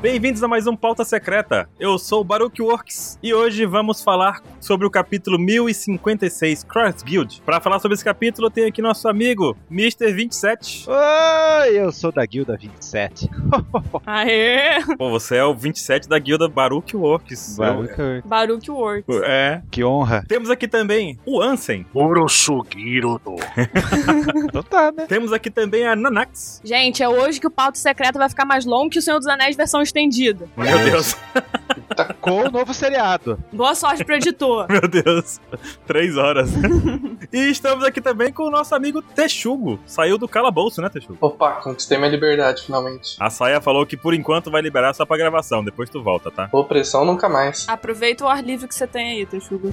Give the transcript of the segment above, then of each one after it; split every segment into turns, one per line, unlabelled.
Bem-vindos a mais um Pauta Secreta. Eu sou o Baruch Works e hoje vamos falar sobre o capítulo 1056 Cross Guild. Para falar sobre esse capítulo, eu tenho aqui nosso amigo Mr. 27.
Oi, eu sou da Guilda 27.
Aê!
Pô, você é o 27 da Guilda Baruch Works.
Baruca,
Baruch Works.
É.
que honra.
Temos aqui também o Ansem.
Borosugiro.
Então tá, né?
Temos aqui também a Nanax.
Gente, é hoje que o Pauta Secreta vai ficar mais longo que o Senhor dos Anéis versão estendida.
Meu Deus,
Com o novo seriado.
Boa sorte pro editor.
meu Deus. Três horas. e estamos aqui também com o nosso amigo Texugo. Saiu do calabouço, né, Texugo?
Opa, conquistei minha liberdade finalmente.
A Saia falou que por enquanto vai liberar só pra gravação, depois tu volta, tá?
Opressão nunca mais.
Aproveita o ar livre que você tem aí, Texugo.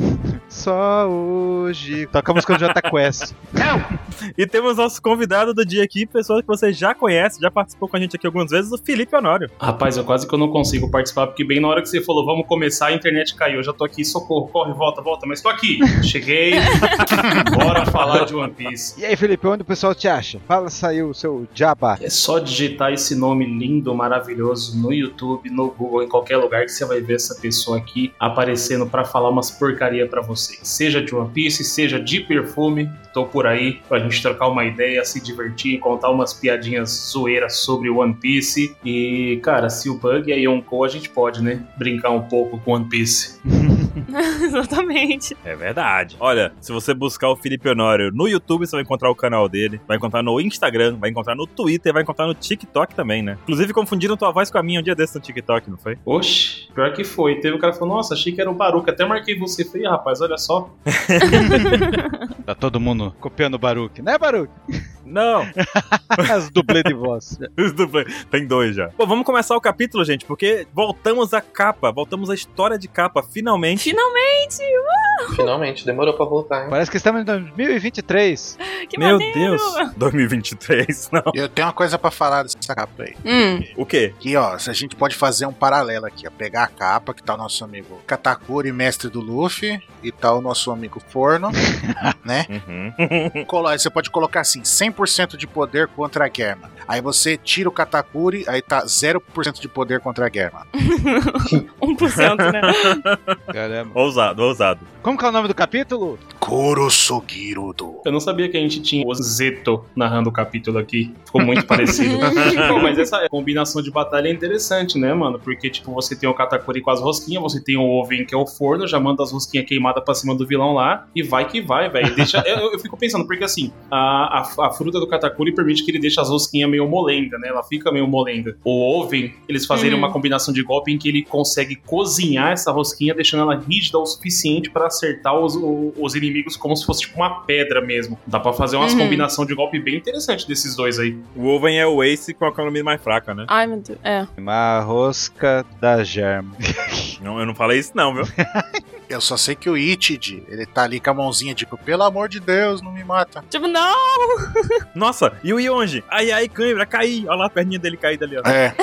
Só hoje. Toca a música do Jota Quest.
E temos nosso convidado do dia aqui, pessoa que você já conhece, já participou com a gente aqui algumas vezes, o Felipe Honório.
Rapaz, eu quase que eu não consigo participar, porque bem na hora que você falou, vamos começar, a internet caiu. Eu já tô aqui, socorro, corre, volta, volta, mas tô aqui. Cheguei. Bora falar de One Piece.
E aí, Felipe, onde o pessoal te acha? Fala, saiu o seu jabá.
É só digitar esse nome lindo, maravilhoso no YouTube, no Google, em qualquer lugar que você vai ver essa pessoa aqui aparecendo pra falar umas porcaria pra você. Seja de One Piece, seja de perfume, tô por aí pra gente trocar uma ideia, se divertir, contar umas piadinhas zoeiras sobre One Piece. E, cara, se o Bug é Yonkou, a gente pode, né? Brincar um pouco com One Piece.
Exatamente.
É verdade. Olha, se você buscar o Felipe Honório no YouTube, você vai encontrar o canal dele, vai encontrar no Instagram, vai encontrar no Twitter, vai encontrar no TikTok também, né? Inclusive confundiram tua voz com a minha um dia desse no TikTok, não foi?
Oxe, pior que foi. Teve o cara que falou, nossa, achei que era o Baruca. Até marquei você. Falei, "Ih, rapaz, olha só.
Tá todo mundo copiando o Baruque, né, Baruque?
Não!
As dublê de voz.
Os dublês. Tem dois já. Bom, vamos começar o capítulo, gente, porque voltamos à capa, voltamos à história de capa, finalmente.
Finalmente!
Finalmente, demorou pra voltar, hein?
Parece que estamos em 2023.
Que
Meu
maneiro!
Deus! 2023, não.
Eu tenho uma coisa pra falar dessa capa aí.
Hum,
O quê?
Que ó, se a gente pode fazer um paralelo aqui, ó. Pegar a capa, que tá o nosso amigo Katakuri, mestre do Luffy, e tá o nosso amigo Forno.
Uhum.
Colo- aí Você pode colocar assim, 100% de poder contra a Germa. Aí você tira o Katakuri, aí tá 0% de poder contra a Germa.
1%, né?
Caramba.
Ousado, ousado.
Como que é o nome do capítulo?
Kurosugirudo.
Eu não sabia que a gente tinha o Zeto narrando o capítulo aqui. Ficou muito parecido. Pô, mas essa combinação de batalha é interessante, né, mano? Porque, tipo, você tem o Katakuri com as rosquinhas, você tem o Oven, que é o forno, já manda as rosquinhas queimadas pra cima do vilão lá, e vai que vai, velho. Deixa... eu, eu- eu fico pensando, porque assim, a, a, a fruta do Katakuri permite que ele deixe as rosquinhas meio molenga, né? Ela fica meio molenga. O Oven, eles fazerem
Uhum.
uma combinação de golpe em que ele consegue cozinhar essa rosquinha, deixando ela rígida o suficiente pra acertar os, o- os inimigos como se fosse tipo uma pedra mesmo. Dá pra fazer umas
Uhum.
combinação de golpe bem interessante desses dois aí.
O Oven é o Ace com a economia mais fraca, né?
Ai, meu Deus. É.
Uma rosca da germa.
Não, eu não falei isso, não, viu?
Eu só sei que o Itid, ele tá ali com a mãozinha, tipo, pelo amor de Deus, não me mata.
Tipo, não!
Nossa, e o Yonji? Ai, ai, câimbra, caí. Olha lá a perninha dele caída ali, ó.
É.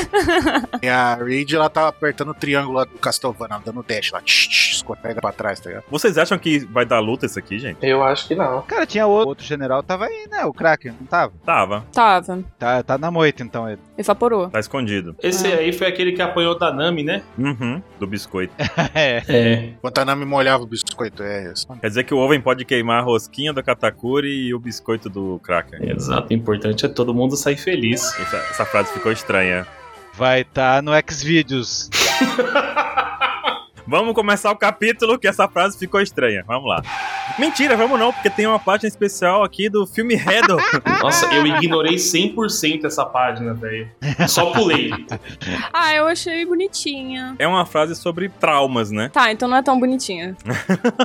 e a Reed, ela tá apertando o triângulo lá do Castlevania, ela dando dash lá. Tch, tch, escorrega pra trás, tá ligado?
Vocês acham que vai dar luta isso aqui, gente?
Eu acho que não.
Cara, tinha outro, outro general, tava aí, né? O Kraken, não tava?
Tava,
Tava.
Tá, tá na moita, então, ele.
Evaporou.
tá escondido.
Esse
Ah.
aí foi aquele que apanhou da Nami, né?
Uhum, do biscoito.
É.
É.
Enquanto a Nami molhava o biscoito, é isso.
Quer dizer que o Oven pode queimar a rosquinha do Katakuri e o biscoito do Kraken.
Exato, o importante é todo mundo sair feliz.
Essa, essa frase ficou estranha.
Vai estar no Xvideos.
Vamos começar o capítulo que essa frase ficou estranha. Vamos lá. Mentira, vamos não, porque tem uma página especial aqui do filme Redo.
Nossa, eu ignorei 100% essa página, velho. Só pulei.
Ah, eu achei bonitinha.
É uma frase sobre traumas, né?
Tá, então não é tão bonitinha.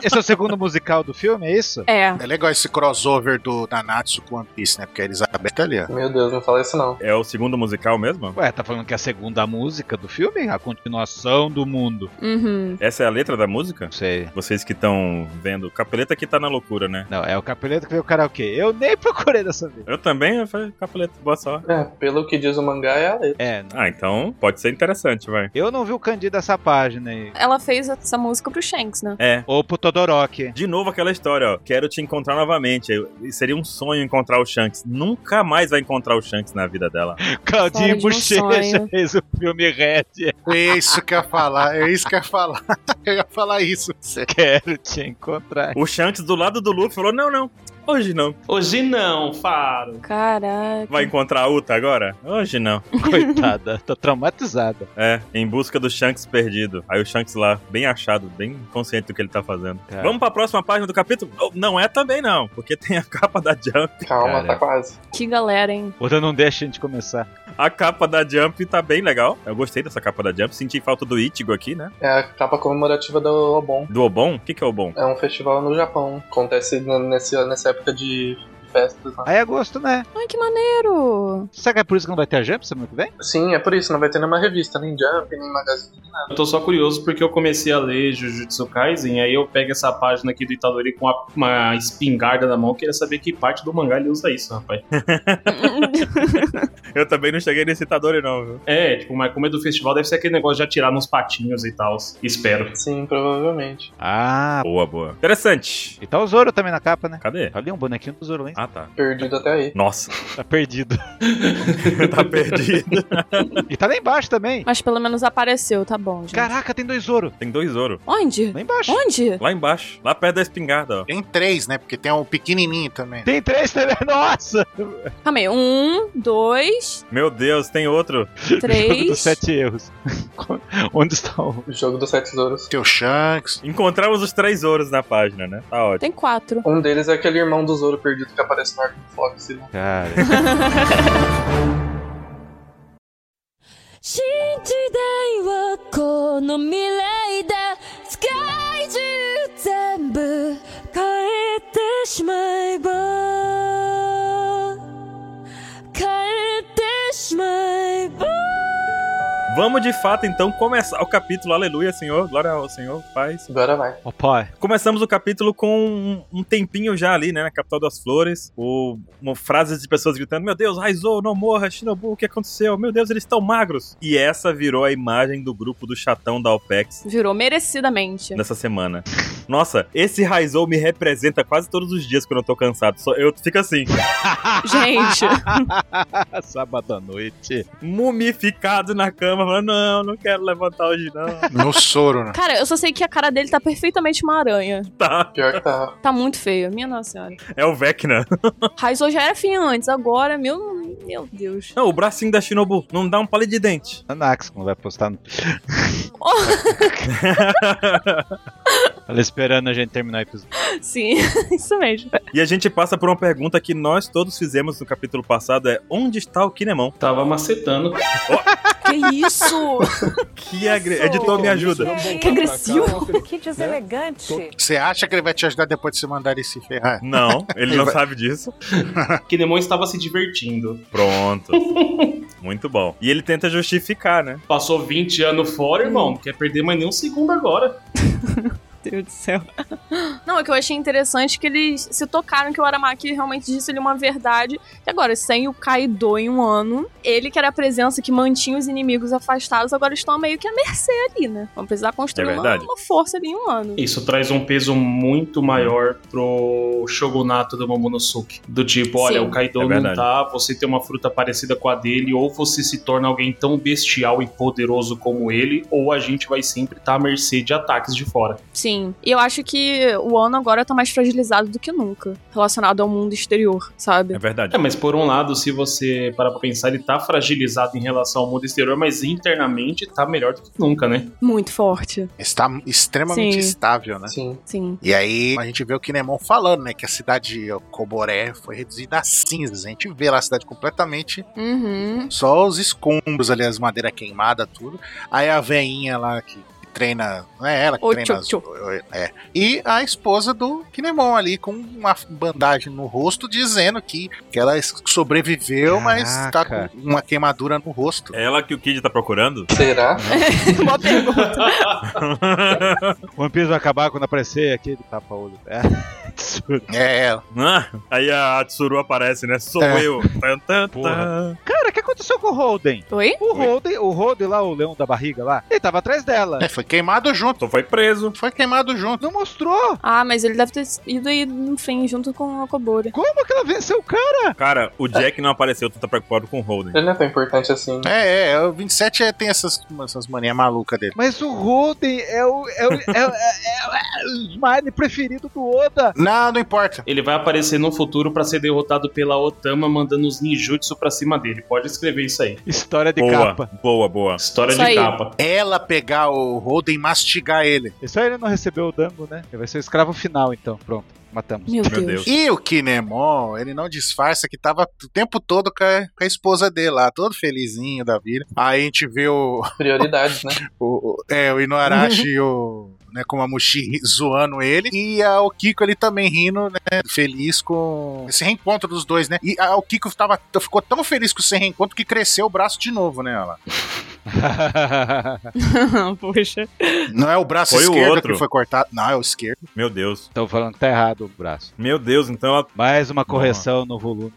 Esse é o segundo musical do filme, é isso?
É.
É legal esse crossover do Nanatsu com One Piece, né? Porque a Elizabeth tá ali, ó.
Meu Deus, não fala isso não.
É o segundo musical mesmo?
Ué, tá falando que é a segunda música do filme? A continuação do mundo.
Uhum.
Essa é a letra da música?
Não sei.
Vocês que estão vendo, Capeleta que tá na loucura, né?
Não, é o capuleta que veio o karaokê. Eu nem procurei dessa vez.
Eu também, eu falei, capuleta, boa sorte.
É, pelo que diz o mangá, é a letra.
É, n-
Ah, então pode ser interessante, vai.
eu não vi o Candido dessa página aí.
Ela fez essa música pro Shanks, né?
É.
Ou pro Todoroki.
De novo aquela história, ó. Quero te encontrar novamente. Eu- Seria um sonho encontrar o Shanks. Nunca mais vai encontrar o Shanks na vida dela.
História
Claudinho
de um
Bochecha
sonho.
fez o filme Red.
É isso que eu ia falar, é isso que eu ia falar. Eu ia falar isso.
Quero te encontrar.
O Shanks do lado do Luffy falou: não, não. Hoje não.
Hoje não, Faro.
Caraca.
Vai encontrar a Uta agora? Hoje não.
Coitada, tá traumatizada.
É, em busca do Shanks perdido. Aí o Shanks lá, bem achado, bem consciente do que ele tá fazendo.
Cara.
Vamos pra próxima página do capítulo? Oh, Não é também não, porque tem a capa da Jump.
Calma,
Cara.
tá quase.
Que galera, hein?
Oda não deixa a gente começar.
A capa da Jump tá bem legal. Eu gostei dessa capa da Jump. Senti falta do Ichigo aqui, né?
É a capa comemorativa do Obon.
Do Obon? O que, que é Obon?
É um festival no Japão. Acontece n- nesse, nessa época de festas lá.
Aí é agosto, né?
Ai, que maneiro.
Será que é por isso que não vai ter a Jump semana que vem?
Sim, é por isso, não vai ter nenhuma revista, nem Jump, nem Magazine.
Eu tô só curioso porque eu comecei a ler Jujutsu Kaisen, aí eu pego essa página aqui do Itadori com a- uma espingarda na mão, queria saber que parte do mangá ele usa isso, rapaz.
Eu também não cheguei nesse Itadori não, viu?
É, tipo, mas como é do festival, deve ser aquele negócio de atirar nos patinhos e tal. Espero.
Sim, provavelmente.
Ah,
Boa, boa. Interessante.
e tá o Zoro também na capa, né?
Cadê?
Tá ali um bonequinho do Zoro, hein?
Ah, tá.
Perdido até aí.
Nossa,
Tá perdido.
tá perdido.
E tá lá embaixo também.
Mas pelo menos apareceu, tá bom, gente.
Caraca, tem dois Zoro.
Tem dois ouro.
Onde?
Lá embaixo.
Onde?
Lá embaixo, lá perto da espingarda, ó.
Tem três, né? Porque tem um pequenininho também.
Tem três também. Nossa!
Calma aí. Um, dois,
Meu Deus, tem outro.
Jogo dos
três.
sete erros. Onde está o...
O jogo dos sete tesouros.
Tem o Shanks.
Encontramos os três ouros na página, né? Tá ótimo.
Tem quatro.
Um deles é aquele irmão do Zoro perdido que aparece no arco do Fox. Né?
Cara...
新時代はこの未来だ世界中全部変えてしまえば変えてしまえば
Vamos de fato então começar o capítulo. Aleluia, Senhor. Glória ao Senhor, paz.
Agora vai.
Ó, pai.
Começamos o capítulo com um, um tempinho já ali, né? Na capital das flores. Ou uma frases de pessoas gritando: Meu Deus, Raizou, não morra, Shinobu, o que aconteceu? Meu Deus, eles estão magros. E essa virou a imagem do grupo do chatão da OPEX
Virou merecidamente.
nessa semana. Nossa, esse Raizou me representa quase todos os dias quando eu tô cansado. Só eu fico assim,
Ah.
Gente.
Sábado à noite.
mumificado na cama, falando: Não, não quero levantar hoje, não.
No Soro, né?
Cara, eu só sei que a cara dele tá perfeitamente uma aranha.
Tá,
Pior que tá.
Tá muito feio. Minha nossa senhora.
é o Vecna.
Raizou já era fina antes, agora, meu, meu Deus.
Não, o bracinho da Shinobu não dá um palito de dente.
Anax não vai postar no... Ela esperando a gente terminar o episódio.
Sim, isso mesmo.
E a gente passa por uma pergunta que nós todos fizemos no capítulo passado, é onde está o Kinemon?
Tava macetando.
Que isso?
Que agre... Editor, me ajuda.
Que agressivo.
Que deselegante.
Você acha que ele vai te ajudar depois de você mandar ele se ferrar?
Não, ele não sabe disso.
Kinemon estava se divertindo.
Pronto. Muito bom. E ele tenta justificar, né?
Passou 20 anos fora, irmão. Não quer perder mais nem um segundo agora.
Meu Deus do céu. Não, o que eu achei interessante é que eles se tocaram que o Aramaki realmente disse ali uma verdade. E agora, sem o Kaido em um ano, ele que era a presença que mantinha os inimigos afastados, agora estão meio que à mercê ali, né? Vão precisar construir
É
uma,
verdade.
uma força ali em um ano.
Isso traz um peso muito
Uhum.
maior pro shogunato do Momonosuke. Do tipo, olha,
Sim.
o Kaido
É
não
verdade.
tá, você tem uma fruta parecida com a dele, ou você se torna alguém tão bestial e poderoso como ele, ou a gente vai sempre estar à mercê de ataques de fora.
Sim. E eu acho que o ano agora tá mais fragilizado do que nunca, relacionado ao mundo exterior, sabe?
É verdade.
É, mas por um lado, se você parar pra pensar, ele tá fragilizado em relação ao mundo exterior, mas internamente tá melhor do que nunca, né?
Muito forte.
Está extremamente
Sim.
estável, né?
Sim.
Sim.
E aí a gente vê o Kinemon falando, né? Que a cidade de Koboré foi reduzida a cinzas. A gente vê lá a cidade completamente
Uhum.
só os escombros ali, as madeiras queimadas, tudo. Aí a veinha lá que treina. Não é ela que
O
treina. as- é. E a esposa do Kinemon ali, com uma bandagem no rosto, dizendo que, que ela es- sobreviveu, mas tá
Caraca.
com uma queimadura no rosto.
É ela que o Kid tá procurando?
Será?
Boa pergunta.
One Piece vai acabar quando aparecer aquele tapa-olho. É. absurdo.
É ela.
Ah, aí a Tsuru aparece, né? Sou
É.
eu. Tan, tan, tan.
Cara, o que aconteceu com o Holden?
Oi?
O Holden, o Holden lá, o leão da barriga lá, ele tava atrás dela.
É, foi queimado junto.
Então foi preso.
Foi queimado junto.
Não mostrou
Ah, mas ele deve ter ido aí, enfim, junto com a Kobori.
como que ela venceu o cara.
Cara, o Jack não apareceu, tu tá preocupado com o Holden.
Ele não é tão importante assim.
É, é, o 27 é- tem essas, essas manias malucas dele.
Mas o Holden é o, é o, é, o- é, é- é o Smiley preferido do Oda.
Não, não importa.
Ele vai aparecer no futuro pra ser derrotado pela Otama, mandando os ninjutsu pra cima dele. Pode escrever isso aí.
História de
boa,
capa.
boa, boa.
História
Isso
de
aí.
capa.
Ela pegar o Holden e mastigar ele.
Isso aí ele não recebeu o Dango, né? Ele vai ser o escravo final, então. Pronto, matamos.
Meu
Meu
Deus.
Deus.
E o Kinemon, ele não disfarça que tava o tempo todo com a, com a esposa dele lá, todo felizinho da vida. Aí a gente vê o,
Prioridades, né?
o, o- é, o Inuarashi e o né, Komamushi zoando ele. E a Okiko ali também rindo, né? Feliz com esse reencontro dos dois, né? E a Okiko tava, ficou tão feliz com esse reencontro que cresceu o braço de novo, né? Ela.
Poxa.
Não é o braço
Foi o
esquerdo
outro.
que foi cortado. Não, é o esquerdo.
Meu Deus.
Estão falando que tá errado o braço.
Meu Deus, então ela-
Mais uma correção no volume.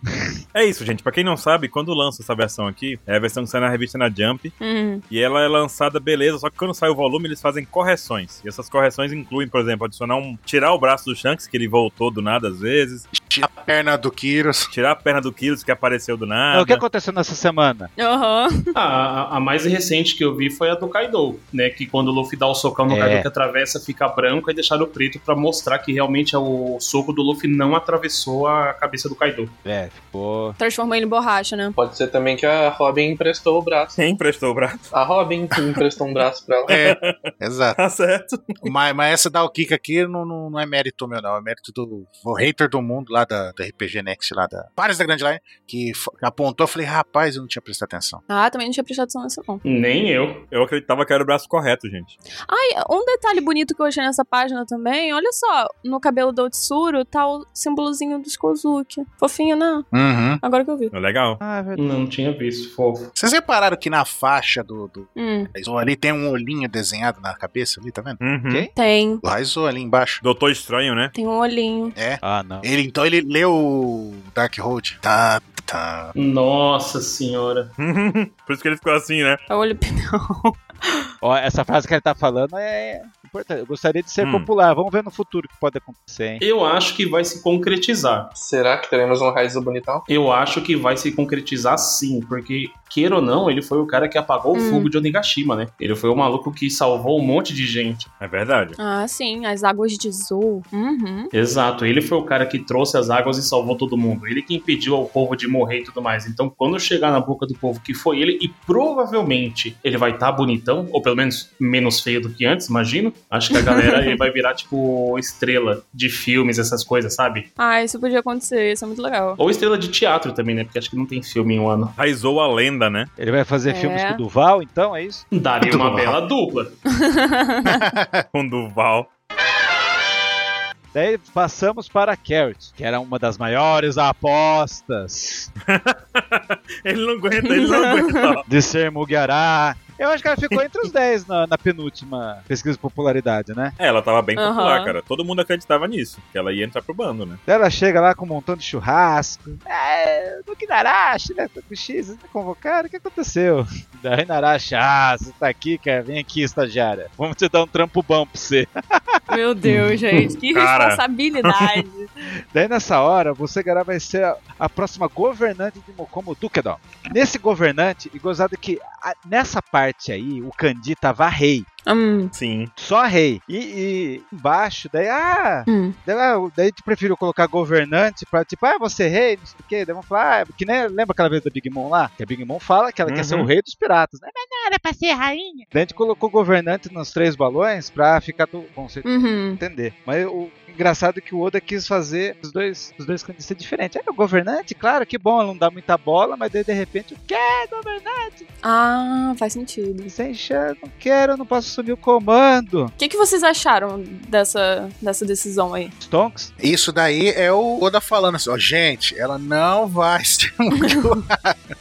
é isso, gente. Pra quem não sabe, quando lança essa versão aqui, é a versão que sai na revista na Jump,
Hum.
e ela é lançada beleza, só que quando sai o volume, eles fazem correções. E essas correções incluem, por exemplo, adicionar um tirar o braço do Shanks, que ele voltou do nada às vezes,
Tira a perna do Kyros.
tirar a perna do Kyrus que apareceu do
É, o que
nada.
aconteceu nessa semana?
Aham.
Ah, a, a mais recente que eu vi foi a do Kaido, né? Que quando o Luffy dá o socão no
É.
Kaido que atravessa, fica branco e deixaram o preto pra mostrar que realmente é o soco do Luffy não atravessou a cabeça do Kaido.
É, ficou.
Transformou ele em borracha, né?
Pode ser também que a Robin emprestou o braço.
Quem emprestou o braço?
A Robin que emprestou um braço pra ela.
É, exato.
Tá certo.
Mas, mas essa da Okika aqui não, não, não é mérito meu, não. É mérito do o hater do mundo lá da, da RPG Next, lá da Paris da Grande Line, que fo- apontou. Eu falei, rapaz, eu não tinha prestado atenção.
Ah, também não tinha prestado atenção nessa, não.
Nem eu.
Eu acreditava que era o braço correto, gente.
Ai, um detalhe bonito que eu achei nessa página também. Olha só, no cabelo do Otsuru tá o símbolozinho dos Kozuki. Fofinho, né?
Uhum.
Agora que eu vi.
É Legal.
Ah, é verdade.
Não tinha visto, fofo.
Vocês repararam que na faixa do, do
Hum.
Raizou ali tem um olhinho desenhado na cabeça ali, tá vendo?
Uhum.
Quem?
Tem.
Do Raizou ali embaixo.
Doutor Estranho, né?
Tem um olhinho.
Ah, não.
Ele, então ele leu o Dark Road. Tá, tá.
Nossa senhora.
Por isso que ele ficou assim, né?
É o olho
Ó, essa frase que ele tá falando é importante. Eu gostaria de ser
Hum.
popular. Vamos ver no futuro o que pode acontecer, hein?
Eu acho que vai se concretizar.
Será que teremos um raiz do bonitão?
Eu acho que vai se concretizar sim, porque, queira ou não, ele foi o cara que apagou o
Hum.
fogo de Onigashima, né? Ele foi o maluco que salvou um monte de gente.
É verdade.
Ah, sim. As águas de Zou. Uhum.
Exato, ele foi o cara que trouxe as águas e salvou todo mundo. Ele que impediu ao povo de morrer e tudo mais. Então, quando chegar na boca do povo que foi ele, e provavelmente ele vai estar bonitão, ou pelo menos menos feio do que antes, imagino. Acho que a galera ele vai virar, tipo, estrela de filmes, essas coisas, sabe?
Ah, isso podia acontecer. Isso é muito legal.
Ou estrela de teatro também, né? Porque acho que não tem filme em um ano.
Raizou a lenda, né?
Ele vai fazer
É.
filmes com o Duval, então? É isso?
Daria uma
Muito bom.
bela dupla.
Com Duval.
Daí passamos para a Carrot, que era uma das maiores apostas
Ele não aguenta, ele não aguenta.
de ser Mugiará. Eu acho que ela ficou entre os 10 na, na penúltima pesquisa de popularidade, né?
É, ela tava bem popular,
Aham.
cara. Todo mundo acreditava nisso, que ela ia entrar pro bando, né?
Daí ela chega lá com um montão de churrasco. É, Mugiarashi, né? Tô com X, vocês me convocaram, o que aconteceu? Daí Narashi, ah, você tá aqui, cara, vem aqui, estagiária. Vamos te dar um trampo bom pra você.
Meu Deus, gente. Que
Cara.
responsabilidade.
Daí nessa hora, você Gará vai ser a, a próxima governante de Mokomo Dukedon. Nesse governante, e gozado que a- nessa parte aí, o Kandi tava rei.
hum.
Sim.
Só rei. E, e embaixo, daí, ah,
Hum.
daí, ah, daí tu preferiu colocar governante pra tipo, ah, você é rei, não sei o quê. Daí vão falar, ah, que nem, lembra aquela vez da Big Mom lá? Que a Big Mom fala que ela quer ser
Uhum.
o rei dos piratas, né? Mas não, era pra ser rainha. Daí a gente colocou governante nos três balões pra ficar do conceito
Uhum.
entender. Mas o Engraçado é que o Oda quis fazer os dois, os dois candidatos diferentes. É o governante, claro, que bom, não dá muita bola, mas daí de repente, o que governante?
Ah, faz sentido.
Sem chance, não quero, não posso assumir o comando.
O que, que vocês acharam dessa, dessa decisão aí?
Stonks?
Isso daí é o Oda falando assim, ó, gente, ela não vai ser muito...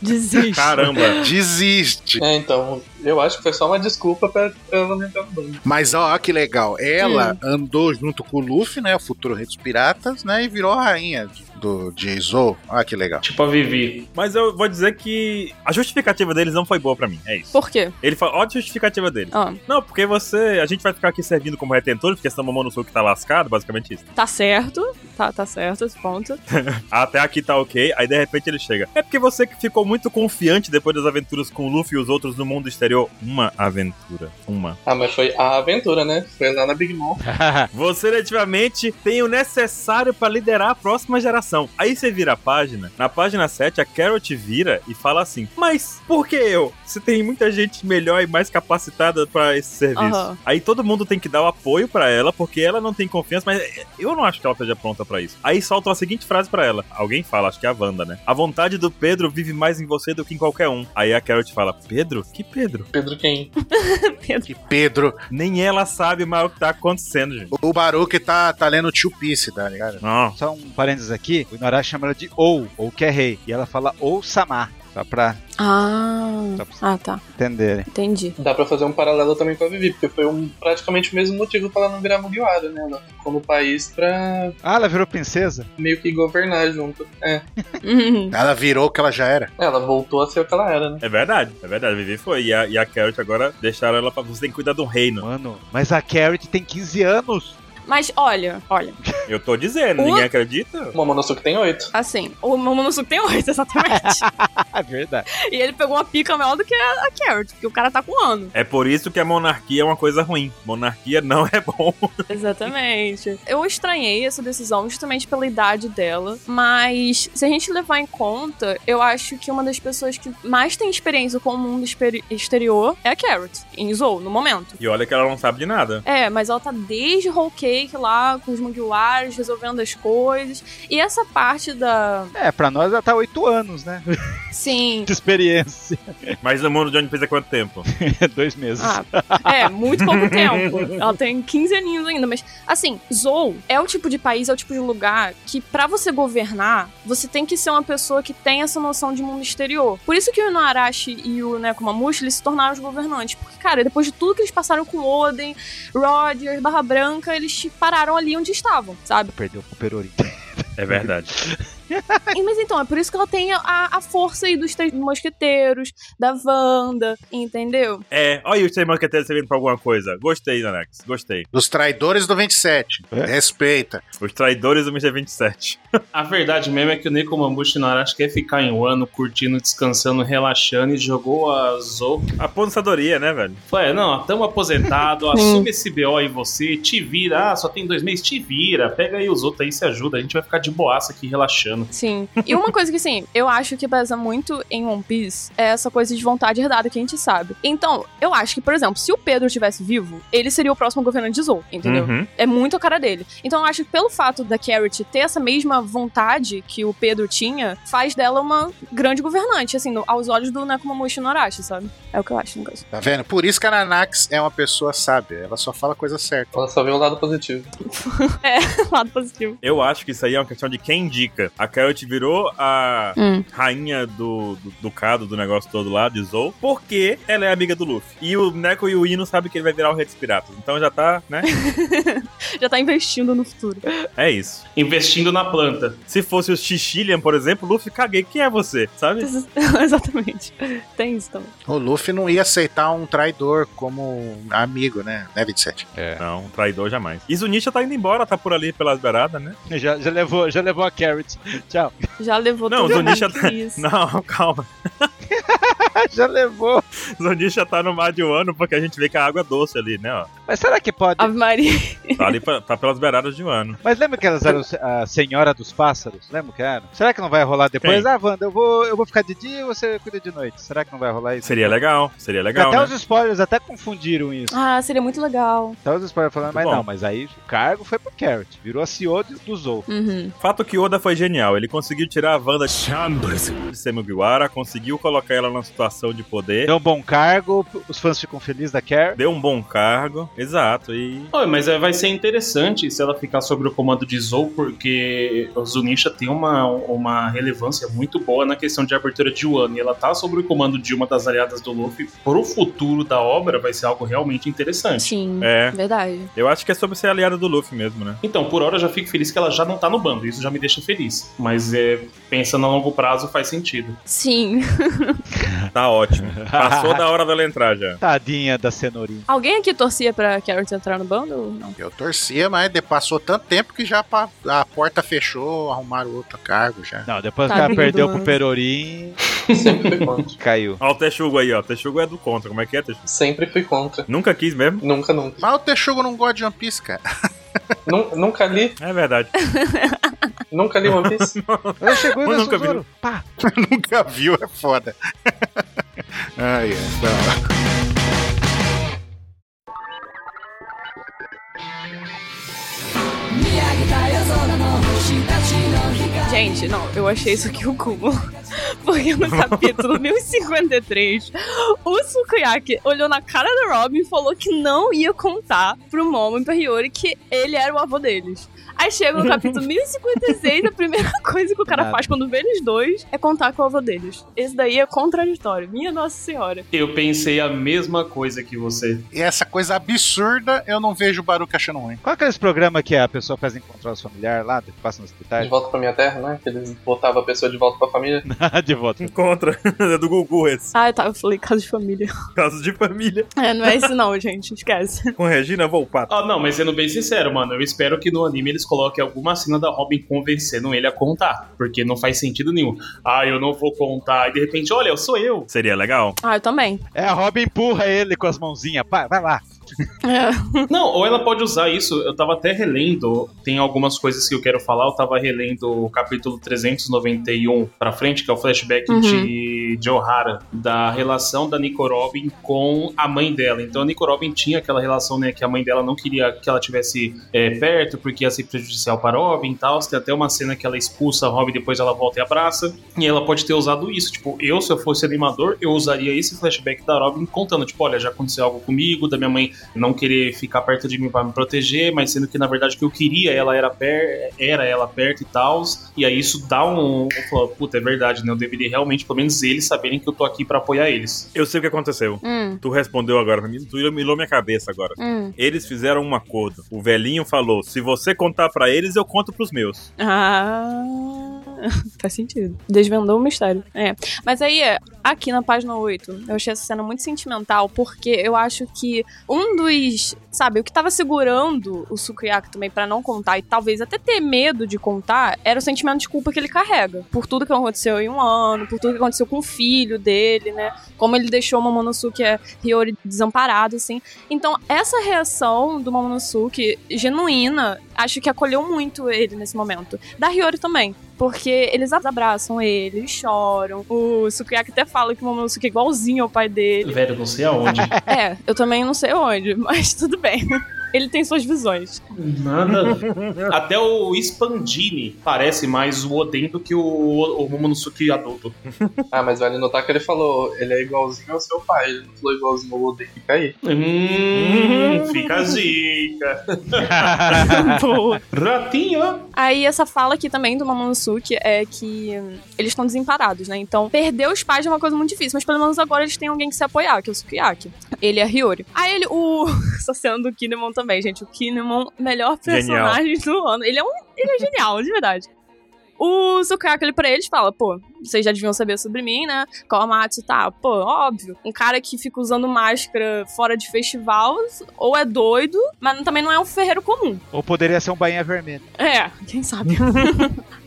Desiste.
Caramba.
Desiste.
É, então, eu acho que foi só uma desculpa pra ela não entrar no bando.
Mas ó, que legal. Ela andou junto com o Luffy, né? O futuro rei dos piratas, né? E virou a rainha de- do de Zou. Ah, que legal.
Tipo a Vivi.
Mas eu vou dizer que a justificativa deles não foi boa pra mim. É isso.
Por quê?
Ele fala, ó, a justificativa dele.
Ah,
Não, porque você. A gente vai ficar aqui servindo como retentor, porque essa mamão não sou que tá lascado, basicamente isso.
tá certo. Tá, tá certo esse ponto.
Até aqui tá ok, aí de repente ele chega. É porque você que ficou muito confiante depois das aventuras com o Luffy e os outros no mundo exterior. Uma aventura. Uma.
Ah, mas foi a aventura, né? Foi lá na Big Mom.
Você definitivamente tem o necessário pra liderar a próxima geração. Aí você vira a página. Na página 7, a Carol te vira e fala assim: Mas por que eu? Se tem muita gente melhor e mais capacitada pra esse serviço.
Aham.
Aí todo mundo tem que dar o apoio pra ela, porque ela não tem confiança, mas eu não acho que ela esteja pronta pra isso. Aí soltam a seguinte frase pra ela. Alguém fala, acho que é a Wanda, né? A vontade do Pedro vive mais em você do que em qualquer um. Aí a Carol te fala: Pedro? Que Pedro?
Pedro quem?
Que Pedro,
Nem ela sabe mais o que tá acontecendo, gente.
o Baruque tá, tá lendo Two Piece, tá ligado?
Não.
Só um parênteses aqui, o Inorá chama ela de Ou, ou que é rei. E ela fala Ou Samar, só pra
Ah.
Só pra vocês
Ah, tá.
entenderem.
Entendi.
Dá pra fazer um paralelo também com a Vivi, porque foi um, praticamente o mesmo motivo pra ela não virar Mugiwara, né? Ela ficou no país pra
Ah, ela virou princesa?
meio que governar junto. É.
Uhum.
Ela virou o que ela já era.
Ela voltou a ser o que ela era, né?
É verdade, é verdade. A Vivi foi. E a, e a Carrot agora deixaram ela pra. Você tem que cuidar do reino.
Mano, mas a Carrot tem 15 anos.
Mas olha, olha.
Eu tô dizendo,
Uh.
ninguém acredita?
Momonosuke tem oito.
Assim, o Momonosuke tem oito, exatamente.
É verdade.
e ele pegou uma pica maior do que a a Carrot, porque o cara tá com um ano.
É por isso que a monarquia é uma coisa ruim. Monarquia não é bom.
Exatamente. Eu estranhei essa decisão justamente pela idade dela, mas se a gente levar em conta, eu acho que uma das pessoas que mais tem experiência com o mundo experi- exterior é a Carrot, em Zou, no momento.
E olha que ela não sabe de nada.
É, mas ela tá desde Whole Cake lá, com os Mugiwaras, resolvendo as coisas. E essa parte da.
É, pra nós ela tá 8 anos, né?
Sim.
De experiência.
Mas o mundo de One Piece há quanto tempo?
Dois meses.
Ah, é, muito pouco tempo. Ela tem 15 aninhos ainda, mas assim, Zou é o tipo de país, é o tipo de lugar que pra você governar, você tem que ser uma pessoa que tem essa noção de mundo exterior. Por isso que o Inuarashi e o Nekomamushi, eles se tornaram os governantes, porque cara, depois de tudo que eles passaram com Oden, Rogers, Barra Branca, eles pararam ali onde estavam, sabe?
Perdeu pro Perorim.
É verdade.
E, mas então, é por isso que ela tem a, a força aí dos três mosqueteiros, da Wanda, entendeu?
É, olha os três mosqueteiros servindo pra alguma coisa. Gostei, Nanex, gostei.
Dos traidores do 27. Respeita.
Os traidores do Mr. 27.
A verdade mesmo é que o Nekomamushi Narashi quer ficar em um ano curtindo, descansando, relaxando e jogou a Zou.
Aposentadoria, né, velho?
Ué, "É, não, tamo aposentado, assume esse BO aí você, te vira. Ah, só tem dois meses, te vira. Pega aí os outros aí, se ajuda. A gente vai ficar de boaça aqui relaxando.
Sim. E uma coisa que, assim, eu acho que pesa muito em One Piece é essa coisa de vontade herdada que a gente sabe. Então, eu acho que, por exemplo, se o Pedro estivesse vivo, ele seria o próximo governante de Zou, entendeu?
Uhum.
É muito a cara dele. Então, eu acho que pelo fato da Carrot ter essa mesma vontade que o Pedro tinha, faz dela uma grande governante, assim, no- aos olhos do Nekomamushi Norashi, sabe? É o que eu acho, no caso.
Tá vendo? Por isso que a Nanax é uma pessoa sábia. Ela só fala coisa certa.
Ela só vê o lado positivo.
Lado positivo.
Eu acho que isso aí é uma questão de quem indica. A Carrot virou a
Hum.
rainha do, do ducado, do negócio todo lá, de Zou, porque ela é amiga do Luffy. E o Neko e o Ino sabem que ele vai virar o Rei dos Piratas. Então já tá, né?
Já tá investindo no futuro.
É isso.
Investindo na planta.
Se fosse o Chichilian, por exemplo, Luffy, caguei. Quem é você? Sabe?
Exatamente. Tem isso também.
O Luffy não ia aceitar um traidor como amigo, né? Né, 27?
É. Não, traidor jamais. E Zunisha tá indo embora, tá por ali pelas beiradas, né?
Já, já levou, já levou a Carrot. Tchau.
Já levou
Não,
todo
o Zunisha
mundo que isso.
Não, calma.
Já levou.
Zonin já tá no mar de um ano porque a gente vê que a água é doce ali, né? Ó.
Mas será que pode?
Ave Maria.
Tá ali pra, tá pelas beiradas de um ano.
Mas lembra que elas eram a senhora dos pássaros? Lembra que era? Será que não vai rolar depois?
Sim.
Ah, Wanda, eu vou, eu vou ficar de dia e você cuida de noite. Será que não vai rolar isso?
Seria legal, seria legal,
até
né?
os spoilers até confundiram isso.
Ah, seria muito legal.
Até os spoilers falando, mas
bom.
não, mas aí o cargo foi pro Carrot. Virou a CEO de- do Zou.
Uhum.
Fato que Oda foi genial. Ele conseguiu tirar a Wanda de Semigiwara, conseguiu colocar ela numa situação de poder,
Deu um bom cargo, os fãs ficam felizes da Carrie.
deu um bom cargo. Exato, e
Olha, mas é, vai ser interessante se ela ficar sob o comando de Zou, porque o Zunisha tem uma, uma relevância muito boa na questão de abertura de Wano. E ela tá sob o comando de uma das aliadas do Luffy. Pro futuro da obra, vai ser algo realmente interessante.
Sim.
É.
Verdade.
eu acho que é sobre ser aliada do Luffy mesmo, né?
Então, por hora, eu já fico feliz que ela já não tá no bando. Isso já me deixa feliz. Mas é, pensando a longo prazo, faz sentido.
Sim.
Tá ótimo. Passou da hora dela entrar já.
Tadinha da cenourinha.
Alguém aqui torcia pra Carrot entrar no bando ou não?
Então, Eu torcia, mas de- passou tanto tempo que já pa- a porta fechou, arrumaram outro cargo já.
Não, depois que
Tadinho
ela perdeu
do
pro
Wanda.
Perorim,
Sempre fui contra.
caiu.
Ó, o Texugo aí, ó. Texugo é do contra. Como é que é, Texugo?
Sempre fui contra.
Nunca quis mesmo?
Nunca, nunca.
Mas o Texugo não gosta de One Piece, cara.
Nun- nunca li,
É verdade.
nunca li uma vez.
Ela chegou e
Eu nunca
lançou o
vi.
Zoro. Pá.
Nunca viu, é foda. Ai, é. da hora.
Gente, não, eu achei isso aqui o cúmulo. Porque no capítulo 1053, o Sukuyaki olhou na cara do Robin e falou que não ia contar pro Momo Imperiori que ele era o avô deles. Aí chega no capítulo 1056, a primeira coisa que o cara
Nada.
faz quando vê eles dois é contar com o avô deles. Esse daí é contraditório. Minha Nossa Senhora.
Eu pensei a mesma coisa que você.
E essa coisa absurda eu não vejo o Baruque achando ruim.
Qual é aqueles programas que a pessoa faz encontrar os familiares lá, que passa no hospital?
De volta pra minha terra, né? Que eles botavam a pessoa de volta pra família.
Ah, De volta.
Contra. É do Gugu esse.
Ah, tá, eu falei casa de família.
Caso de família.
É, não é isso não, gente, esquece.
Com Regina Volpato.
Ah, não, mas sendo bem sincero, mano, eu espero que no anime eles coloquem alguma cena da Robin convencendo ele a contar. Porque não faz sentido nenhum. Ah, eu não vou contar. E de repente, olha, eu sou eu.
Seria legal.
Ah, eu também.
É, a Robin empurra ele com as mãozinhas. Pá, vai lá.
É.
Não, ou ela pode usar isso. Eu tava até relendo, tem algumas coisas que eu quero falar. Eu tava relendo o capítulo 391 pra frente, que é o flashback
Uhum.
de, de O'Hara, da relação da Nico Robin com a mãe dela. Então a Nico Robin tinha aquela relação, né, que a mãe dela não queria que ela tivesse é, perto, porque ia ser prejudicial para Robin e tal. Tem até uma cena que ela expulsa a Robin, depois ela volta e abraça. E ela pode ter usado isso. Tipo, eu, se eu fosse animador, eu usaria esse flashback da Robin contando, tipo, olha, já aconteceu algo comigo, da minha mãe não querer ficar perto de mim pra me proteger, mas sendo que na verdade o que eu queria ela era, per era ela perto e tal. E aí isso dá um. eu falo, Puta, é verdade, né? Eu deveria realmente, pelo menos eles saberem que eu tô aqui pra apoiar eles.
Eu sei o que aconteceu.
Hum,
Tu respondeu agora pra mim. Tu iluminou minha cabeça agora.
hum.
Eles fizeram um acordo. O velhinho falou: se você contar pra eles, eu conto pros meus.
Ah. Faz sentido. Desvendou o mistério. É. Mas aí, aqui na página 8, eu achei essa cena muito sentimental, porque eu acho que um dos. Sabe, o que tava segurando o Sukiyaki também pra não contar e talvez até ter medo de contar era o sentimento de culpa que ele carrega. Por tudo que aconteceu em um ano, por tudo que aconteceu com o filho dele, né? Como ele deixou o Momonosuke é, Hiyori desamparado, assim. Então, essa reação do Momonosuke, genuína, acho que acolheu muito ele nesse momento. Da Hiyori também. Porque eles abraçam ele, choram. O Sukiyaki até fala que o Momonosuke é igualzinho ao pai dele.
Velho, não sei aonde.
É, eu também não sei onde, mas tudo bem. Ele tem suas visões.
Nada. Até o Spandini parece mais o Oden do que o, o Momonosuke adulto.
Ah, mas vale notar que ele falou, ele é igualzinho ao seu pai. Ele não falou igualzinho ao Oden. Fica aí.
Hum, fica a dica.
Boa.
Ratinho.
Aí essa fala aqui também do Momonosuke é que hum, eles estão desamparados, né? Então, perder os pais é uma coisa muito difícil, mas pelo menos agora eles têm alguém que se apoiar, que é o Sukiyaki. Ele é Hiyori. Aí ele, o... Essa cena do Kinemon também, gente. O Kinemon,
Genial.
melhor personagem do ano. Ele é um... Ele é genial, de verdade. O Sukiyaki ele pra eles fala, pô, vocês já deviam saber sobre mim, né? Komatsu tá, pô, óbvio. Um cara que fica usando máscara fora de festival, ou é doido, mas também não é um ferreiro comum.
Ou poderia ser um bainha vermelho.
É, quem sabe.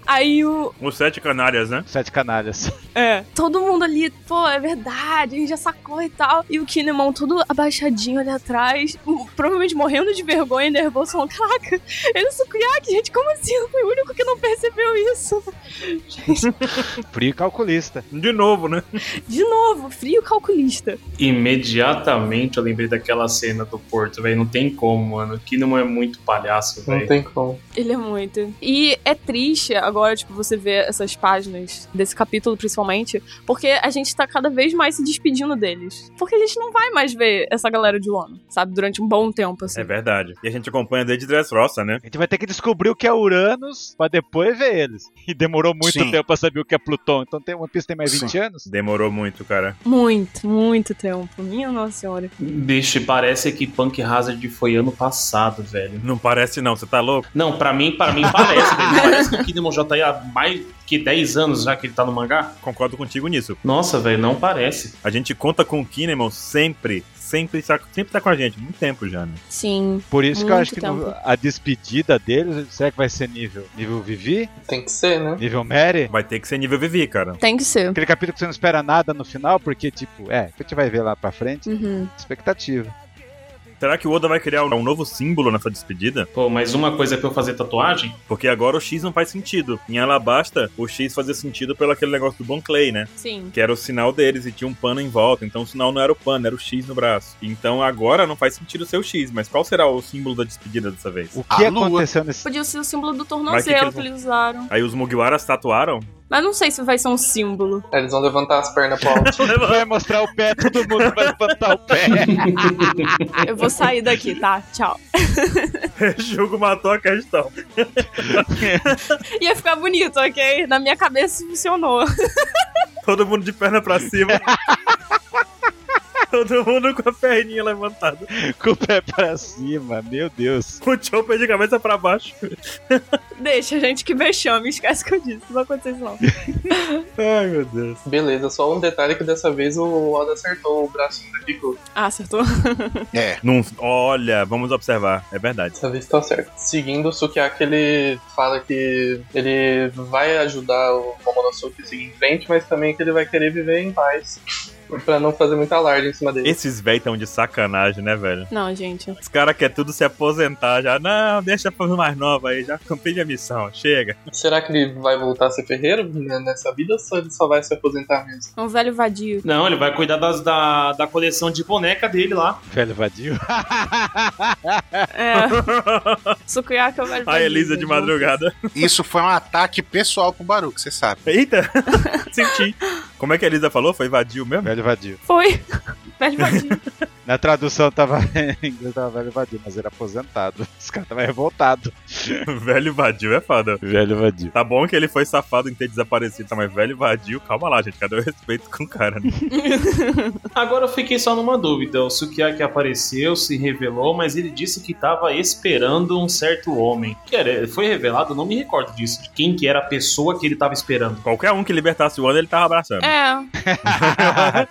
Aí o,
Os sete canárias, né?
Sete canalhas.
É. Todo mundo ali, pô, é verdade, a gente já sacou e tal. E o Kinemon todo abaixadinho ali atrás, m- provavelmente morrendo de vergonha e nervoso, falando: Caraca, ele é Sukiyaki, gente, como assim? Eu fui o único que não percebeu isso. Gente,
Frio calculista.
De novo, né?
de novo, frio calculista.
Imediatamente eu lembrei daquela cena do Porto, velho. Não tem como, mano. Que não é muito palhaço,
Não
velho.
tem como.
Ele é muito. E é triste agora, tipo, você ver essas páginas desse capítulo, principalmente, porque a gente tá cada vez mais se despedindo deles. Porque a gente não vai mais ver essa galera de Wano, sabe? Durante um bom tempo, assim.
É verdade. E a gente acompanha desde Dressrosa, né?
A gente vai ter que descobrir o que é Uranus pra depois ver eles. E demorou muito
Sim.
tempo pra saber o que é Plutão. Então tem uma pista tem mais 20 anos?
Demorou muito, cara.
Muito, muito tempo. Minha Nossa Senhora.
Bicho, parece que Punk Hazard foi ano passado, velho.
Não parece não, você tá louco?
Não, pra mim, para mim parece. velho. parece que o Kinemon já tá aí há mais que 10 anos já que ele tá no mangá.
Concordo contigo nisso.
Nossa, velho, não parece.
A gente conta com o Kinemon sempre, sempre, tá- sempre tá com a gente. Muito tempo já, né?
Sim.
Por isso que eu
Muito
acho que no-
tempo.
a despedida deles, será que vai ser nível? Nível Vivi?
Tem que ser, né?
Nível Mary?
Vai ter que ser nível Vivi, cara.
Tem que ser.
Aquele capítulo que você não espera nada no final, porque, tipo, é, que a gente vai ver lá pra frente.
Uhum.
Expectativa.
Será que o Oda vai criar um novo símbolo nessa despedida?
Pô, mas uma coisa é pra eu fazer tatuagem?
Porque agora o X não faz sentido. Em Alabasta, o X fazia sentido pelo aquele negócio do Bon Clay, né?
Sim.
Que era o sinal deles e tinha um pano em volta. Então o sinal não era o pano, era o X no braço. Então agora não faz sentido ser o X. Mas qual será o símbolo da despedida dessa vez?
O que
A lua.
aconteceu nesse.
Podia ser o símbolo do
Mas que que
tornozelo
eles
que,
vão-
eles usaram.
Aí os Mugiwaras tatuaram?
Mas não sei se vai ser um símbolo.
Aí Eles vão levantar as pernas pra alto.
Vai mostrar o pé, todo mundo vai levantar o pé.
Eu vou sair daqui, tá? Tchau.
Jugo matou a questão.
Ia ficar bonito, ok? Na minha cabeça funcionou.
Todo mundo de perna pra cima. Todo mundo com a perninha levantada.
Com o pé pra cima, meu Deus.
Com o Chopper de cabeça pra baixo.
Deixa, gente, que vexame. Esquece que eu disse. Não vai acontecer isso, não.
Ai, meu Deus.
Beleza, só um detalhe que dessa vez o Oda acertou o bracinho da Kiko.
Ah, acertou?
É.
Não- olha, vamos observar. É verdade.
Dessa vez tá certo. Seguindo o Sukiyaki, ele fala que ele vai ajudar o Momonosuke a seguir em frente, mas também que ele vai querer viver em paz. Pra não fazer muita alarde em cima dele.
Esses véi tão de sacanagem, né, velho?
Não, gente.
Os caras querem tudo se aposentar já. Não, deixa pra mais nova aí. Já cumpri a missão. Chega.
Será que ele vai voltar a ser ferreiro né, nessa vida ou só ele só vai se aposentar mesmo?
É um velho vadio.
Não, ele vai cuidar das, da, da coleção de boneca dele lá.
Velho vadio.
É. Sukuyaki é o velho vadio.
A Elisa de
gente.
madrugada.
Isso foi um ataque pessoal pro Baruco, você sabe.
Eita! Senti. Como é que a Elisa falou? Foi vadio mesmo?
Velho vadio.
Foi. velho vadio.
Na tradução tava em inglês tava velho vadio, mas era aposentado. Os caras tava revoltado.
velho vadio é foda.
Velho vadio.
Tá bom que ele foi safado em ter desaparecido, tá? Mas velho vadio, calma lá, gente. Cadê o respeito com o cara, né?
Agora eu fiquei só numa dúvida. O Sukiyaki apareceu, se revelou, mas ele disse que estava esperando um certo homem. Que era- foi revelado, eu não me recordo disso. De quem que era a pessoa que ele estava esperando.
Qualquer um que libertasse o Wanda, ele tava abraçando.
É,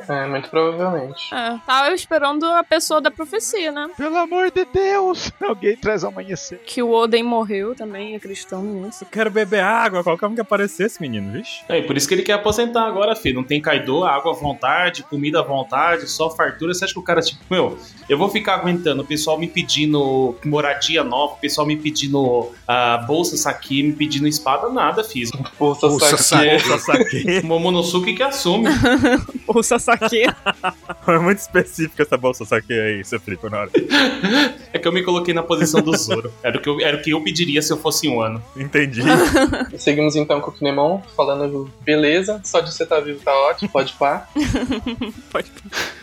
É, muito provavelmente.
é. Tava esperando a pessoa da profecia, né?
Pelo amor de Deus! Alguém traz ao amanhecer.
Que o Oden morreu também, é cristão nisso.
Eu quero beber água, qualquer um que aparecesse, menino, vixe.
É, e por isso que ele quer aposentar agora, filho. Não tem Kaido, água à vontade, comida à vontade, só fartura. Você acha que o cara, tipo, meu, eu vou ficar aguentando o pessoal me pedindo moradia nova, o pessoal me pedindo ah, bolsa saque, me pedindo espada, nada, filho.
O
Bolsa
Sasaki,
Só saquei.
Momonosuke que assume.
Ou Sasaki.
Foi muito específica essa bolsa saquei aí, seu Felipe, na hora.
É que eu me coloquei na posição do Zoro. Era o que eu, era o que eu pediria se eu fosse um ano.
Entendi.
Seguimos então com o Kinemon, falando beleza, só de você estar vivo tá ótimo, pode pá.
Pode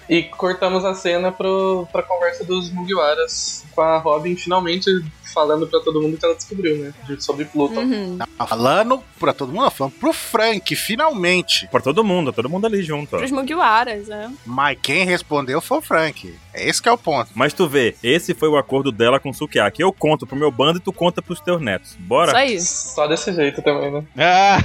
E cortamos a cena pro, pra conversa dos Mugiwaras com a Robin finalmente falando pra todo mundo que ela descobriu, né? de- Sobre Pluton.
Uhum.
Tá Falando pra todo mundo, falando pro Frank, finalmente.
Pra todo mundo, todo mundo ali junto, ó.
Pros Mugiwaras, né?
Mas quem respondeu foi o Frank. É esse que é o ponto.
Mas tu vê, esse foi o acordo dela com o Sukiyaki. Eu conto pro meu bando e tu conta pros teus netos. Bora?
Isso aí.
Só desse jeito também, né?
Ah!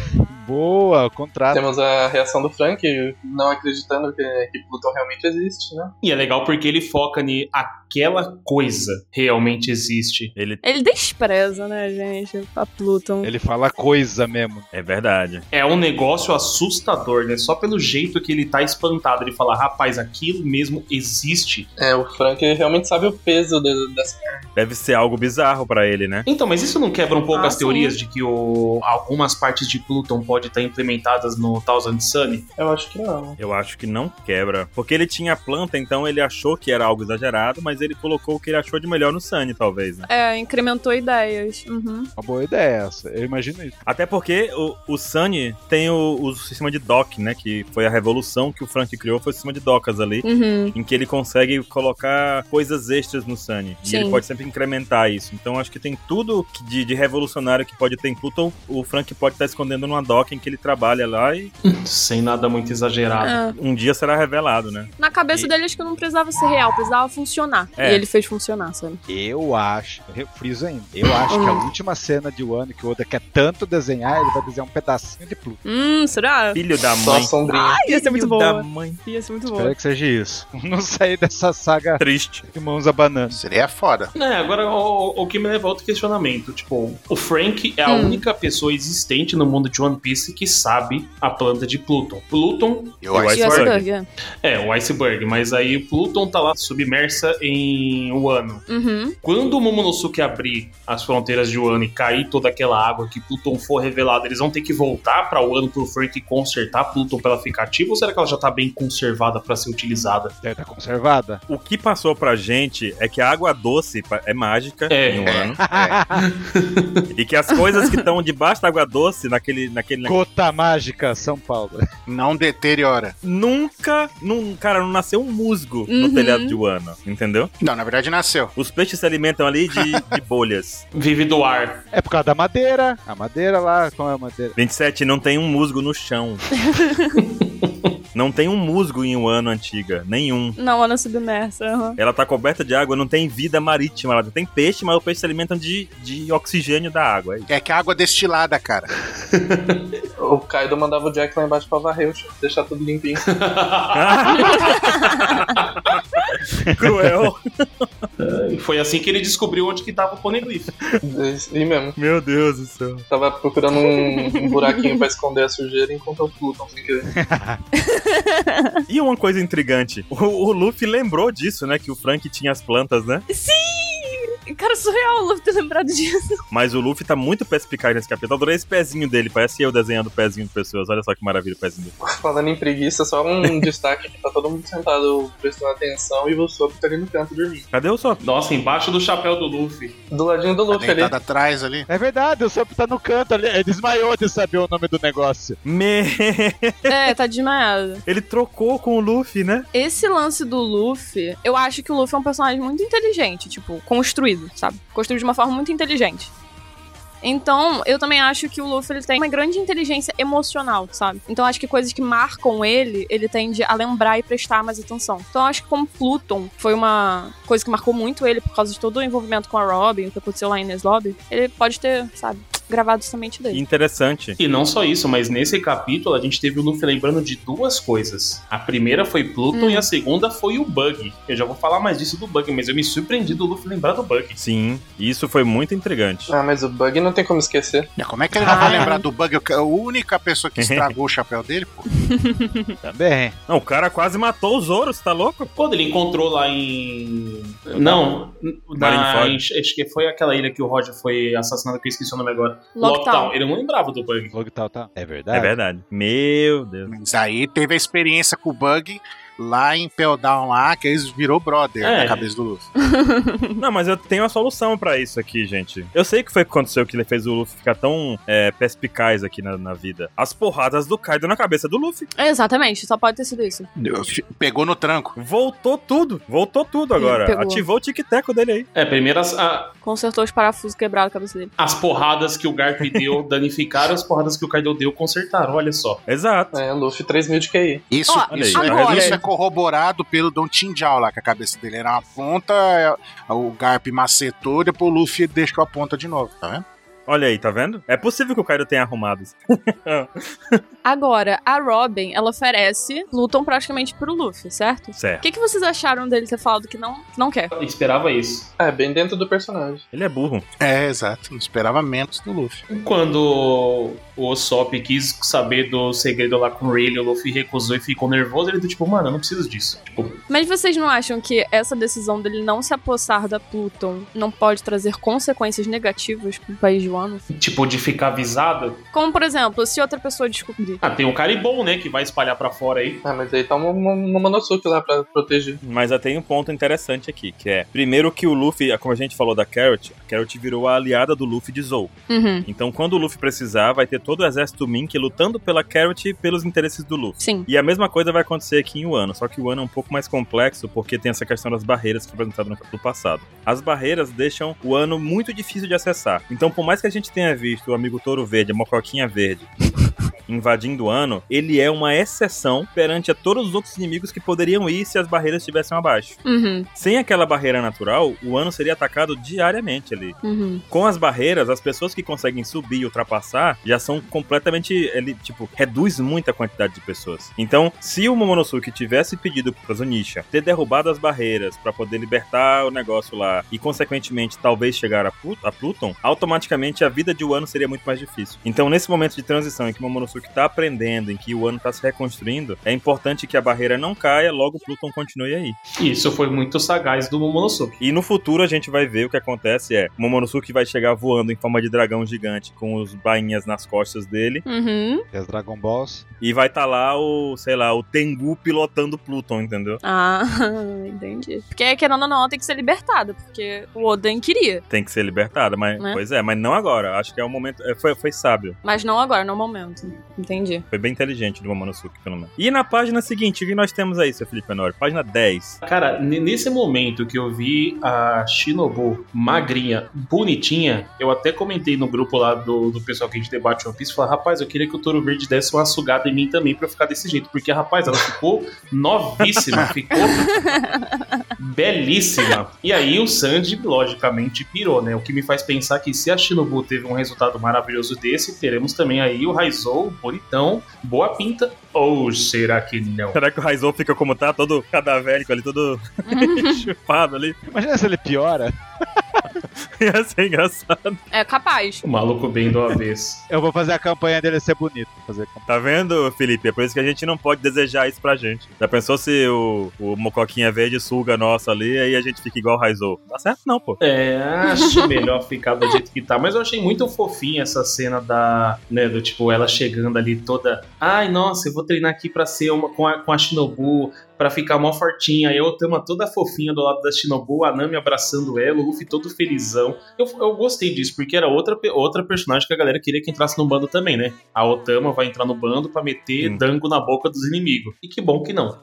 Boa, o contrato.
Temos a reação do Frank, não acreditando que, que Pluton realmente existe, né?
E é legal porque ele foca em a aquela coisa realmente existe.
Ele
Ele despreza, né, gente? A Pluton.
Ele fala coisa mesmo.
é verdade.
É um negócio assustador, né? Só pelo jeito que ele tá espantado. Ele fala, rapaz, aquilo mesmo existe.
É, o Frank ele realmente sabe o peso de- dessa.
Deve ser algo bizarro pra ele, né?
Então, mas isso não quebra um pouco
Ah,
as
sim.
teorias de que o- algumas partes de Pluton podem estar implementadas no Thousand Sun?
Eu acho que não.
Eu acho que não quebra. Porque ele tinha a planta, então ele achou que era algo exagerado, mas ele colocou o que ele achou de melhor no Sunny, talvez, né?
É, incrementou ideias. Uhum.
Uma boa ideia essa. Eu imagino isso.
Até porque o, o Sunny tem o, o sistema de dock, né? Que foi a revolução que o Frank criou, foi o sistema de docas ali.
Uhum.
Em que ele consegue colocar coisas extras no Sunny. E
Sim.
ele pode sempre incrementar isso. Então acho que tem tudo que- de, de revolucionário que pode ter em Pluton. O Frank pode estar escondendo numa dock em que ele trabalha lá e
Sem nada muito exagerado.
É.
um dia será revelado, né?
Na cabeça
E-
dele, acho que não precisava ser real, precisava funcionar.
É.
E ele fez funcionar, sabe?
Eu acho, eu refriso ainda, eu acho que a última cena de Wano que o Oda quer tanto desenhar, ele vai desenhar um pedacinho de Pluto.
Hum, será?
Filho da
Só a
mãe.
sombrinha.
Ah, Ia ser muito
Filho da
boa.
mãe.
Ia ser muito boa.
Espero que seja isso. Não sair dessa saga
Triste.
de mãos a banana.
Seria foda.
É, agora o, o que me leva a outro questionamento. Tipo, o Frank é a
Hum.
única pessoa existente no mundo de One Piece que sabe a planta de Pluton. Pluton
Eu acho.
acho-
E o
Iceberg.
iceberg, é.
é o iceberg, mas aí Pluton tá lá submersa em Wano.
Uhum.
Quando o Momonosuke abrir as fronteiras de Wano e cair toda aquela água que Pluton for revelada, eles vão ter que voltar pra Wano pro Frank consertar Pluton pra ela ficar ativa ou será que ela já tá bem conservada pra ser utilizada?
Deve estar tá conservada.
O que passou pra gente é que a água doce pa- é mágica
É.
em um ano. E que as coisas que estão debaixo da água doce, naquele, naquele, né,
Cota Mágica, São Paulo.
É, Não deteriora.
Nunca, num, cara, não nasceu um musgo
Uhum.
no telhado de Wano, entendeu?
Não, na verdade nasceu.
Os peixes se alimentam ali de, de bolhas.
Vive do ar.
É por causa da madeira. A madeira lá, qual é a madeira?
27, não tem um musgo no chão. não tem um musgo em Wano antiga, nenhum.
Na Ana é submersa. aham.
Ela tá coberta de água, não tem vida marítima, ela tem peixe, mas os peixes se alimentam de, de oxigênio da água. é isso.
É que a água destilada, cara.
O Kaido mandava o Jack lá embaixo pra varrer, o chão, deixar tudo limpinho.
Cruel.
Foi assim que ele descobriu onde que tava o Poneglyph.
e mesmo.
Meu Deus do céu.
Tava procurando um, um buraquinho pra esconder a sujeira e encontrou o Pluton sem querer.
E uma coisa intrigante, o, o Luffy lembrou disso, né? Que o Frank tinha as plantas, né?
Sim! Cara, surreal o Luffy ter lembrado disso.
Mas o Luffy tá muito perspicaz nesse capítulo. Eu Adorei esse pezinho dele, parece eu desenhando o pezinho de pessoas. Olha só que maravilha o pezinho dele.
Falando em preguiça, só um destaque que tá todo mundo sentado prestando atenção e o Sop tá ali no canto dormindo.
Cadê o Sop?
Nossa, embaixo do chapéu do Luffy.
Do ladinho do
Tá
Luffy ali.
deitado atrás ali.
É verdade, o Sop tá no canto ali. Ele desmaiou de saber o nome do negócio.
Me...
É, tá desmaiado.
Ele trocou com o Luffy, né?
Esse lance do Luffy, eu acho que o Luffy é um personagem muito inteligente, tipo, construído, sabe? Construído de uma forma muito inteligente. Então, eu também acho que o Luffy ele tem uma grande inteligência emocional, sabe? Então, acho que coisas que marcam ele, ele tende a lembrar e prestar mais atenção. Então, eu acho que como Pluton foi uma coisa que marcou muito ele por causa de todo o envolvimento com a Robin, o que aconteceu lá em Inês Lobby, ele pode ter, sabe, gravado isso na mente dele.
Interessante.
E não só isso, mas nesse capítulo a gente teve o Luffy lembrando de duas coisas. A primeira foi Pluton
Hum.
e a segunda foi o Bug. Eu já vou falar mais disso do Bug, mas eu me surpreendi do Luffy lembrar do Bug.
Sim, isso foi muito intrigante.
Ah, mas o bug não tem como esquecer.
Não, Como é que ele não vai
Ah.
lembrar do bug? A única pessoa que estragou o chapéu dele, pô.
Também.
Não, o cara quase matou o Zoro, você tá louco?
Quando ele encontrou lá em. Não, na...
Marineford.
em... acho que foi aquela ilha que o Roger foi assassinado, que eu esqueci o nome agora.
Lockdown.
Ele não lembrava do Bug.
Log tal, tá? É
É
verdade.
verdade. Meu Deus.
Mas aí teve a experiência com o bug lá em Pell Down lá, que eles virou brother
É.
na cabeça do Luffy.
Não, mas eu tenho a solução pra isso aqui, gente. Eu sei que foi o que aconteceu que ele fez o Luffy ficar tão é, perspicaz aqui na, na vida. As porradas do Kaido na cabeça do Luffy.
Exatamente, só pode ter sido isso.
Pegou no tranco.
Voltou tudo. Voltou tudo
Ele
agora.
pegou.
Ativou o tic-teco dele aí.
É, primeiro as, a-
Consertou os parafusos quebrados a cabeça dele.
as porradas que o Garp deu danificaram, as porradas que o Kaido deu consertaram, olha só.
Exato.
É, Luffy 3 mil de QI.
Isso,
Ó,
isso,
olha
aí.
é,
Agora.
isso é corroborado pelo Don Tinjau lá, que a cabeça dele era uma ponta, é, o Garp macetou, depois o Luffy deixou a ponta de novo, tá vendo?
Olha aí, tá vendo? É possível que o Kaido tenha arrumado isso.
Agora, a Robin, ela oferece Luton praticamente pro Luffy, certo? O
Certo.
que, que vocês acharam dele ter falado que não, não quer?
Esperava isso.
É, bem dentro do personagem.
Ele é burro.
É, exato. Não esperava menos do Luffy.
Quando o Usopp quis saber do segredo lá com o Rayleigh, o Luffy recusou e ficou nervoso. Ele do tipo, mano, eu não preciso disso. Tipo,
Mas vocês não acham que essa decisão dele não se apossar da Pluton não pode trazer consequências negativas pro país de Wano?
tipo de ficar avisado.
Como, por exemplo, se outra pessoa descobrir.
Ah, tem o Caribou, né, que vai espalhar pra fora aí.
Ah, mas aí tá um, um, um Momonosuke lá pra proteger.
Mas já tem um ponto interessante aqui, que é... Primeiro que o Luffy, como a gente falou da Carrot, a Carrot virou a aliada do Luffy de Zou.
Uhum.
Então, quando o Luffy precisar, vai ter todo o exército Mink lutando pela Carrot e pelos interesses do Luffy.
Sim.
E a mesma coisa vai acontecer aqui em Wano, só que o Wano é um pouco mais complexo porque tem essa questão das barreiras que foi apresentada no capítulo passado. As barreiras deixam o Wano muito difícil de acessar. Então, por mais que a gente tenha visto o amigo Touro Verde, a Mocoquinha Verde, invadindo o Wano, ele é uma exceção perante a todos os outros inimigos que poderiam ir se as barreiras estivessem abaixo.
Uhum.
Sem aquela barreira natural, o Wano seria atacado diariamente ali.
Uhum.
Com as barreiras, as pessoas que conseguem subir e ultrapassar já são completamente. Ele, tipo, reduz muito a quantidade de pessoas. Então, se o Momonosuke tivesse pedido pra Zunisha ter derrubado as barreiras pra poder libertar o negócio lá e, consequentemente, talvez chegar a, Plu- a Pluton, automaticamente a vida de Wano seria muito mais difícil. Então, nesse momento de transição em que o Momonosuke tá aprendendo, em que o Wano tá se reconstruindo, é importante que a barreira não caia, logo Pluton continue aí.
Isso foi muito sagaz do Momonosuke.
E no futuro a gente vai ver o que acontece é, o Momonosuke vai chegar voando em forma de dragão gigante com os bainhas nas costas dele
Uhum.
Tem as Dragon Balls.
e vai tá lá o, sei lá, o Tengu pilotando Pluton, entendeu?
Ah, entendi. Porque, querendo ou não, ela tem que ser libertada, porque o Oden queria.
Tem que ser libertada, mas
Né?
pois é, mas não agora. Acho que é o momento, é, foi, foi sábio,
Mas não agora, no momento. Entendi.
foi bem inteligente do Momonosuke, pelo menos. E na página seguinte, o que nós temos aí, seu Felipe Honório? Página 10.
Cara, n- nesse momento que eu vi a Shinobu magrinha, bonitinha, eu até comentei no grupo lá do, do pessoal que a gente debate One Piece, falei, rapaz, eu queria que o Touro Verde desse uma sugada em mim também pra eu ficar desse jeito, porque, rapaz, ela ficou novíssima, ficou belíssima. E aí o Sanji, logicamente, pirou, né? O que me faz pensar que se a Shinobu teve um resultado maravilhoso desse, teremos também aí o Raizou, bonitão, boa pinta, ou será que não?
Será que o Raizou fica como tá, todo cadavérico ali, todo chupado ali?
Imagina se ele piora.
Ia ser engraçado.
É capaz.
O maluco bem do avesso.
Eu vou fazer a campanha dele ser bonito. Vou Fazer a campanha.
Tá vendo, Felipe? É por isso que a gente não pode desejar isso pra gente. Já pensou se o, o Mocoquinha Verde suga a nossa ali, aí a gente fica igual o Raizou? Tá certo não, pô.
É, acho melhor ficar do jeito que tá. Mas eu achei muito fofinha essa cena da, né, do tipo, ela chegando ali toda. Ai, nossa, eu vou treinar aqui pra ser uma com a, com a Shinobu, pra ficar mó fortinha. Aí eu tamo toda fofinha do lado da Shinobu, a Nami abraçando ela, o Luffy todo felizão. Eu, eu gostei disso, porque era outra, pe- outra personagem que a galera queria que entrasse no bando também, né? A Otama vai entrar no bando pra meter
Hum.
dango na boca dos inimigos. E que bom que não.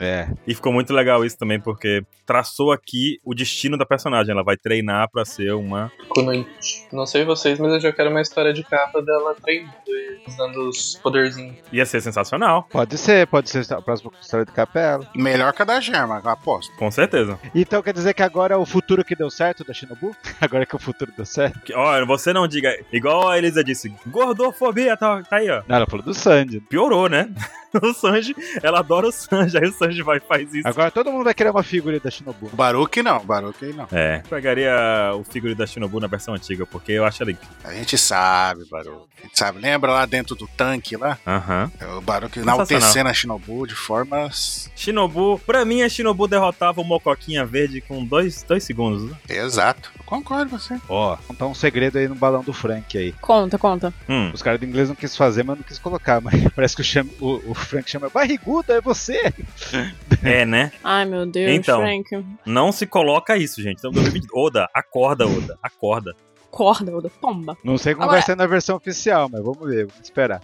É.
E ficou muito legal isso também, porque traçou aqui o destino da personagem. Ela vai treinar pra ser uma...
Kunoichi. Não sei vocês, mas eu já quero uma história de capa dela treinando e usando os poderzinhos.
Ia ser sensacional,
Pode ser, pode ser a próxima história do capela.
Melhor que a da Germa, aposto.
com certeza.
Então quer dizer que agora é o futuro que deu certo da Shinobu? Agora é que o futuro deu certo?
Que- Ó, você não diga... Igual a Elisa disse, gordofobia, tá, tá aí, ó.
Não, ela falou do Sandy.
Piorou, né? O Sanji, ela adora o Sanji, aí o Sanji vai e faz isso.
Agora todo mundo vai querer uma figura da Shinobu.
O Baruque não, o Baruque não.
É, pegaria o figurino da Shinobu na versão antiga, porque eu acho ela incrível.
A gente sabe, Baruque. A gente sabe. Lembra lá dentro do tanque lá?
Aham.
O Baruque enaltecendo a Shinobu de formas.
Shinobu, pra mim a Shinobu derrotava o Mocoquinha Verde com dois, dois segundos. né?
Exato. Eu concordo com você.
Ó, contar um segredo aí no balão do Frank aí.
Conta, conta.
Hum.
Os caras do inglês não quis fazer, mas não quis colocar. Mas parece que o, chama- o- o Frank chama barrigudo, é você!
É, né?
Ai, meu Deus,
Então.
Frank.
Não se coloca isso, gente. Então, 2022 Oda, acorda, Oda, acorda.
Corda, Oda. Pomba.
Não sei como
Agora-
vai ser na versão oficial, mas vamos ver, vamos esperar.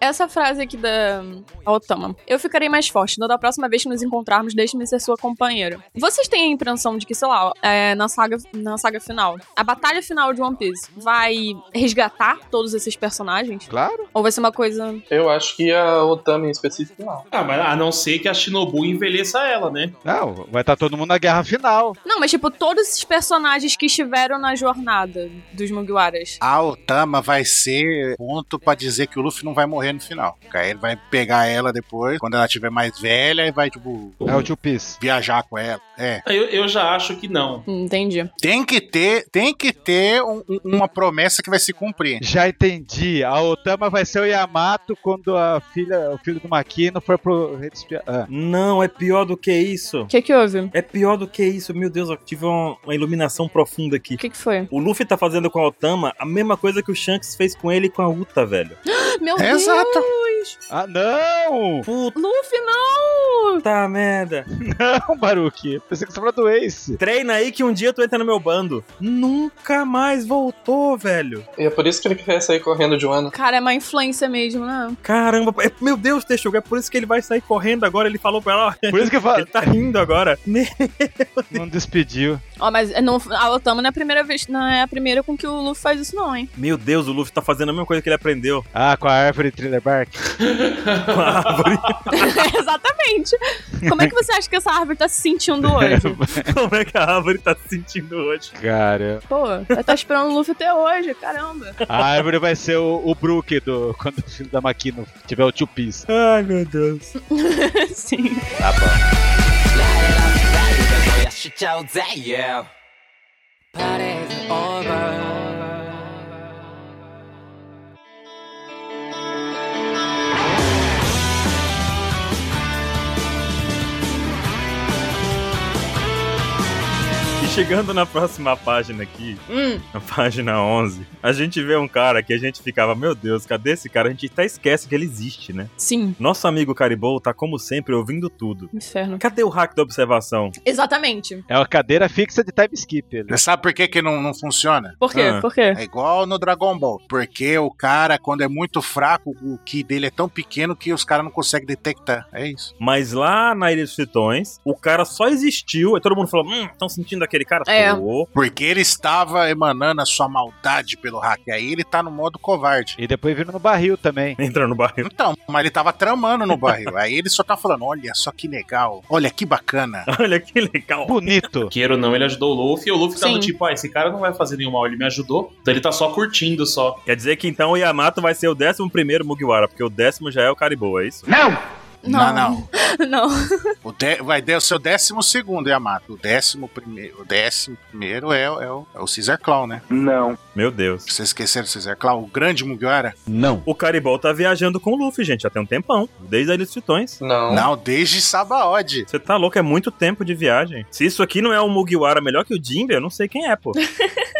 Essa frase aqui da a Otama. Eu ficarei mais forte, então da próxima vez que nos encontrarmos, deixe-me ser sua companheira. Vocês têm a impressão de que, sei lá, é, na, saga, na saga final, a batalha final de One Piece vai resgatar todos esses personagens?
Claro.
Ou vai ser uma coisa.
Eu acho que a Otami em específico não.
Ah, mas a não ser que a Shinobu envelheça ela, né?
Não, vai estar todo mundo na guerra final.
Não, mas tipo, todos esses personagens que estiveram na jornada dos Mugiwaras.
A Otama vai ser ponto pra dizer que o Luffy não vai morrer no final. Aí ele vai pegar ela depois, quando ela estiver mais velha, e vai, tipo,
É o Two Piece.
viajar com ela. É.
Eu, eu já acho que não.
Hum, Entendi.
Tem que ter, tem que ter um- um- uma promessa que vai se cumprir.
Já entendi. A Otama vai ser o Yamato quando a filha, o filho do Makino for pro. Redespi- Ah.
Não, é pior do que isso.
O que que houve?
É pior do que isso. Meu Deus, eu tive uma, uma iluminação profunda aqui.
O que que foi?
O Luffy tá fazendo com a Otama a mesma coisa que o Shanks fez com ele e com a Uta, velho.
Meu
É
Deus!
exato.
Ah, não!
Luffy, não!
Puta merda.
Não, Baruki. Pensei que você falou do Ace.
Treina aí que um dia tu entra no meu bando. Nunca mais voltou, velho.
E é por isso que ele quer sair correndo de um ano.
Cara, é uma influência mesmo, né?
Caramba, é- meu Deus, Teixuga, é por isso que ele vai sair correndo agora. Ele falou pra ela, ó,
Por isso que eu falo.
ele tá rindo agora.
Não despediu.
Ó, mas não, a Otama não é a primeira vez, não é a primeira com que o Luffy faz isso, não, hein?
Meu Deus, o Luffy tá fazendo a mesma coisa que ele aprendeu
Ah, com a árvore Thriller Bark.
com a árvore.
Exatamente. Como é que você acha que essa árvore tá se sentindo hoje?
Como é que a árvore tá se sentindo hoje?
Cara,
Pô, ela tá esperando o Luffy até hoje, caramba.
a árvore vai ser o, o Brook do, quando o filho da Makino tiver o Two Piece.
Ai, meu Deus.
Sim.
E chegando na próxima página aqui,
Hum,
na página 11, a gente vê um cara que a gente ficava, meu Deus, cadê esse cara? A gente até esquece que ele existe, né?
sim.
Nosso amigo Caribou tá, como sempre, ouvindo tudo.
Inferno.
Cadê o hack da observação?
Exatamente.
É uma cadeira fixa de time skip. Ele.
Sabe por que, que não, não funciona?
Por quê?
Ah.
Por quê?
É igual no Dragon Ball. Porque o cara, quando é muito fraco, o ki dele é tão pequeno que os caras não conseguem detectar. É isso.
Mas lá na Ilha dos Tritões, o cara só existiu e todo mundo falou, hum, estão sentindo aquele cara?
É.
Pô,
Porque ele estava emanando a sua maldade pelo hack. Aí ele tá no modo covarde.
E depois vindo no barril também.
entra no barril.
Então, mas ele tava tramando no barril. Aí ele só tá falando: olha só que legal, olha que bacana.
Olha que legal.
Bonito.
Queira ou não, ele ajudou o Luffy. E o Luffy tá
Sim.
do tipo, ah, esse cara não vai fazer nenhum mal, ele me ajudou. Então ele tá só curtindo só.
Quer dizer que então o Yamato vai ser o décimo primeiro Mugiwara, porque o décimo já é o Caribou, é isso?
Não.
não.
Não.
O dé- vai dar o seu décimo segundo, Yamato. O décimo primeiro, o décimo primeiro é, o- é o, é o Caesar Clown, né?
Meu Deus.
Vocês esqueceram o Caesar Clown, o grande Mugiwara?
O Caribou tá viajando com o Luffy, gente, já tem um tempão. Desde a Ilha dos Tritões.
Não.
Não, desde Sabaody.
Você tá louco, é muito tempo de viagem. Se isso aqui não é um Mugiwara melhor que o Jimbe, eu não sei quem é, pô.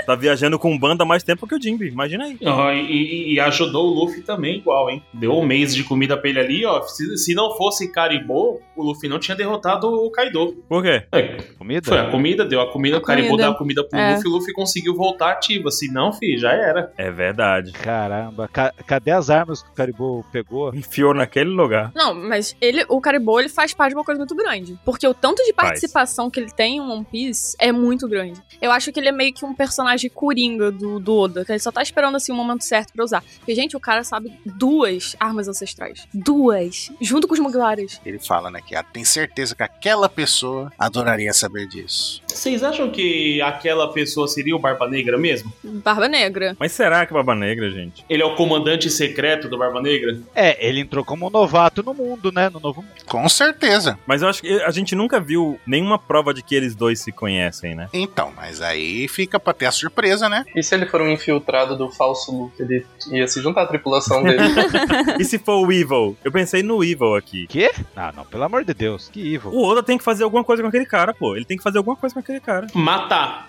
tá viajando com um banda mais tempo que o Jimbe, imagina aí.
Ah, e- e, e ajudou o Luffy também igual, hein? Deu um mês de comida pra ele ali, ó. Se, se não fosse Caribou, o Luffy não tinha derrotado o Kaido.
Por quê?
É,
Comida?
foi a comida, deu a comida,
A
o Caribou
comida.
deu a comida pro
É.
Luffy e o Luffy conseguiu voltar ativa. Se não, fi, já era.
É verdade.
Caramba, ca- cadê as armas que o Caribou pegou?
Enfiou naquele lugar.
Não, mas ele, o Caribou, ele faz parte de uma coisa muito grande. Porque o tanto de
Faz.
participação que ele tem em One Piece é muito grande. Eu acho que ele é meio que um personagem coringa do, do Oda, que ele só tá esperando assim o momento certo pra usar. Porque, gente, o cara sabe duas armas ancestrais. Duas. Junto com os Muglares.
Ele fala, né, que ah, tem certeza que aquela pessoa adoraria saber disso.
Vocês acham que aquela pessoa seria o Barba Negra mesmo?
Barba Negra.
Mas será que é Baba Negra, gente?
Ele é o comandante secreto do Barba Negra?
É, ele entrou como um novato no mundo, né? No novo mundo.
Com certeza.
Mas eu acho que a gente nunca viu nenhuma prova de que eles dois se conhecem, né?
Então, mas aí fica pra ter a surpresa, né?
E se ele for um infiltrado do falso Luffy, ele ia se juntar à tripulação dele.
E se for o Evil? Eu pensei no Evil aqui.
Quê? Ah, não, pelo amor de Deus, que evil.
O Oda tem que fazer alguma coisa com aquele cara, pô. Ele tem que fazer alguma coisa com aquele cara.
Matar.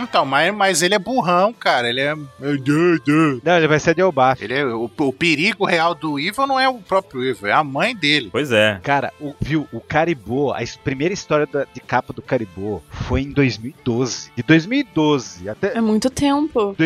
Então, mas, mas ele é burrão, cara. Ele é.
Não, ele vai ser de Elbaf.
Ele é o, o perigo real do Ivo não é o próprio Ivo, é a mãe dele.
Pois é.
Cara, o- viu, o Caribou, a es- primeira história da- de capa do Caribou foi em 2012. De 2012 até
É muito tempo.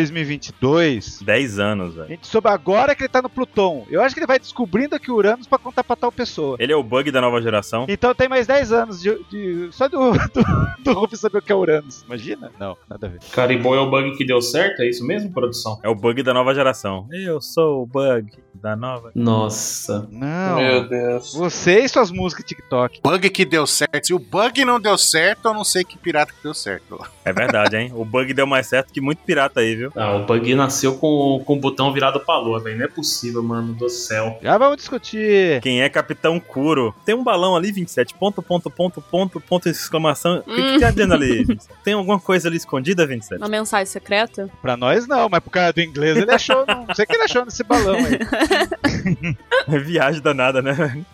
2022,
10 anos, velho.
a gente soube agora que ele tá no Plutão. Eu acho que ele vai descobrindo aqui Uranus pra contar pra tal pessoa.
Ele é o bug da nova geração.
Então tem mais 10 anos de, de- só do, do, do Rufy saber o que é Uranus. Imagina? Não, nada a ver.
Caribou é o bug que deu certo, é isso mesmo, produção?
É o bug da nova geração. Eu sou o bug da nova.
Nossa.
Não.
Meu Deus.
Você e suas músicas TikTok.
Bug que deu certo. Se o bug não deu certo, eu não sei que pirata que deu certo.
É verdade, hein? O bug deu mais certo que muito pirata aí, viu?
Ah, o bug nasceu com, com o botão virado pra lua, velho. Não é possível, mano, do céu.
Já vamos discutir.
Quem é Capitão Curo? Tem um balão ali, 27. Ponto, ponto, ponto, ponto, ponto, exclamação. O que, que tá dentro ali, 27? Tem alguma coisa ali escondida, 27?
Uma mensagem secreta?
Pra nós não, mas pro cara do inglês ele achou. Não, não sei o que ele achou nesse balão aí.
É viagem danada, né? velho?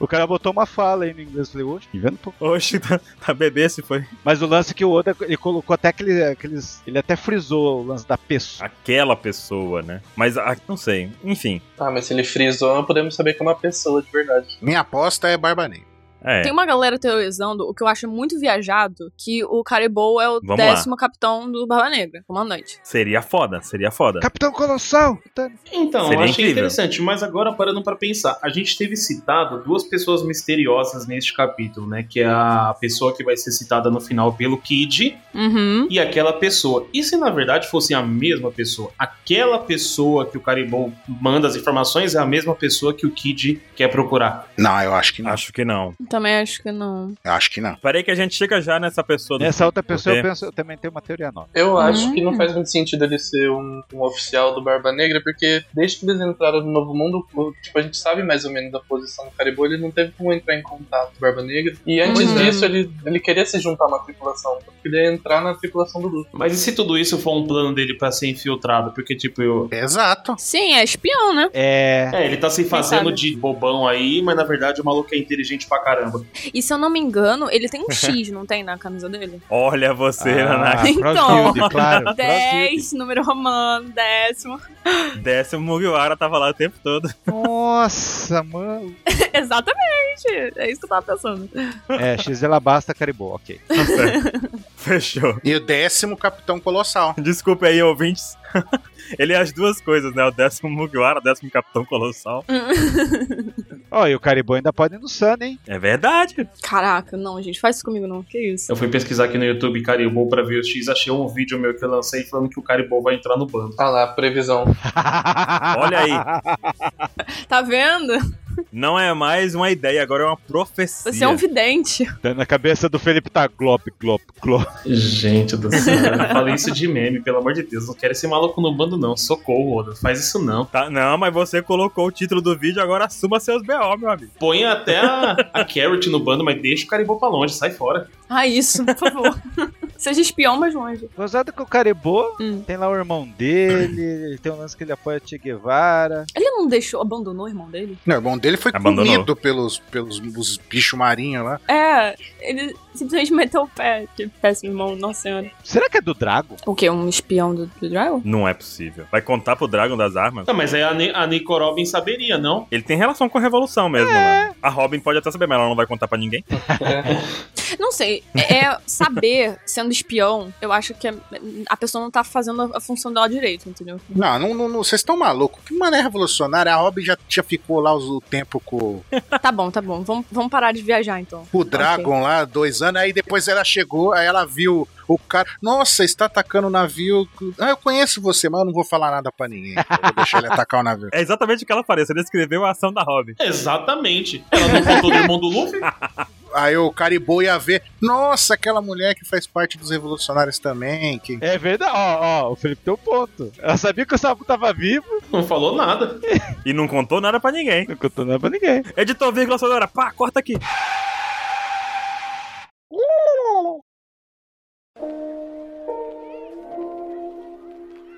O cara botou uma fala aí no inglês. Eu falei, oxe, me vendo, pô.
Oxe, tá, tá bebê se foi.
Mas o lance é que o Oda, ele colocou até aquele, aqueles. Ele até frisou o lance da pessoa.
Aquela pessoa, né? Mas, ah, não sei. Enfim,
Ah, mas se ele frisou, não podemos saber que é uma pessoa de verdade.
Minha aposta é Barba Negra.
é.
Tem uma galera teorizando, o que eu acho muito viajado, que o Caribou é o
Vamos lá.
décimo capitão do Barba Negra, comandante.
Seria foda, seria foda.
Capitão Colossal! Tá-
Então,
Seria
eu achei
incrível.
interessante, mas agora parando pra pensar, a gente teve citado duas pessoas misteriosas neste capítulo, né? Que é a pessoa que vai ser citada no final pelo Kid
Uhum.
e aquela pessoa. E se na verdade fosse a mesma pessoa? Aquela pessoa que o Caribou manda as informações é a mesma pessoa que o Kid quer procurar.
Não, eu acho que não.
Acho que não.
Também acho que não.
Eu acho que não.
Parei que a gente chega já nessa pessoa. Do...
Nessa outra pessoa
Ok.
eu, penso, eu também tenho uma teoria nova.
Eu acho
Hum.
que não faz muito sentido ele ser um, um oficial do Barba Negra, porque desde que eles entraram no Novo Mundo, o- tipo, a gente sabe mais ou menos a posição do Caribou, ele não teve como entrar em contato com o Barba Negra. E antes
Uhum.
disso, ele, ele queria se juntar a uma tripulação, porque ele ia entrar na tripulação do Luffy.
Mas e se tudo isso for um plano dele pra ser infiltrado? Porque, tipo, eu.
Exato.
Sim, é espião, né?
É.
É, ele tá se fazendo
sabe?
de bobão aí, mas na verdade o maluco é inteligente pra caramba.
E se eu não me engano, ele tem um X, não tem na camisa dele?
Olha
Ah.
você, Naná.
Então.
Crossfield, claro. Crossfield.
10, número romano, décimo.
Décimo Mugiwara tava lá o tempo todo.
Nossa, mano.
Exatamente. É isso que eu tava pensando.
É, X de Alabasta, Caribou, ok.
Tá Fechou.
E o décimo Capitão Colossal.
Desculpe aí, ouvintes. Ele é as duas coisas, né? O décimo Mugiwara, o décimo Capitão Colossal.
Ó, e o Caribou ainda pode ir no Sun, hein?
É verdade.
Caraca, não, gente, faz isso comigo não. Que isso?
Eu fui pesquisar aqui no YouTube Caribou pra ver o X, achei um vídeo meu que eu lancei falando que o Caribou vai entrar no bando.
Ah lá, previsão.
Olha aí.
Tá vendo?
Não é mais uma ideia, agora é uma profecia.
Você é um vidente.
Dando na cabeça do Felipe tá glop, glop, glop.
Gente do céu, eu falei isso de meme, pelo amor de Deus. Não quero esse maluco no bando, não. Socorro, Oda. Faz isso não.
Tá, não, mas você colocou o título do vídeo, agora assuma seus B.O., meu amigo.
Põe até a, a Carrot no bando, mas deixa o Caribou pra longe, sai fora.
Ah, isso, por favor. Seja espião, mas longe.
Gozado com o Caribou,
Hum.
tem lá o irmão dele, tem um lance que ele apoia Che Guevara.
Ele não deixou, abandonou o irmão dele?
Não, o irmão dele foi
Abandonou.
comido pelos, pelos os bichos marinhos lá.
É, ele simplesmente meteu o pé. Que péssimo irmão, nossa senhora.
Será que é do Drago?
O quê? Um espião do, do Dragon?
Não é possível. Vai contar pro Dragon das armas?
Não, mas aí a, Ni- a Nico Robin saberia, não?
Ele tem relação com a Revolução mesmo,
É.
né? A Robin pode até saber, mas ela não vai contar pra ninguém.
né?
Não sei. É é saber, sendo espião, eu acho que é, a pessoa não tá fazendo a- a função dela direito, entendeu?
Não, não, não, não, vocês estão malucos. Que mané revolucionária. A Robin já, já ficou lá os- o tempo com,
Tá bom, tá bom. Vamos, vamos parar de viajar então.
com o Dragon lá, dois anos. Aí depois ela chegou, aí ela viu o cara. Nossa, está atacando o navio. Ah, eu conheço você, mas eu não vou falar nada pra ninguém. Eu vou deixar ele atacar o navio.
É exatamente o que ela faria. Você descreveu a ação da Robin.
Exatamente. Ela não contou do irmão do Luffy?
Aí o Caribou ia ver. Nossa, aquela mulher que faz parte dos revolucionários também. Que...
É verdade, ó, ó, o Felipe tem um ponto. Ela sabia que o Sabu tava vivo,
Não falou nada.
E não contou nada pra ninguém.
não contou nada pra ninguém.
Editor vírgula sonora, pá, corta aqui.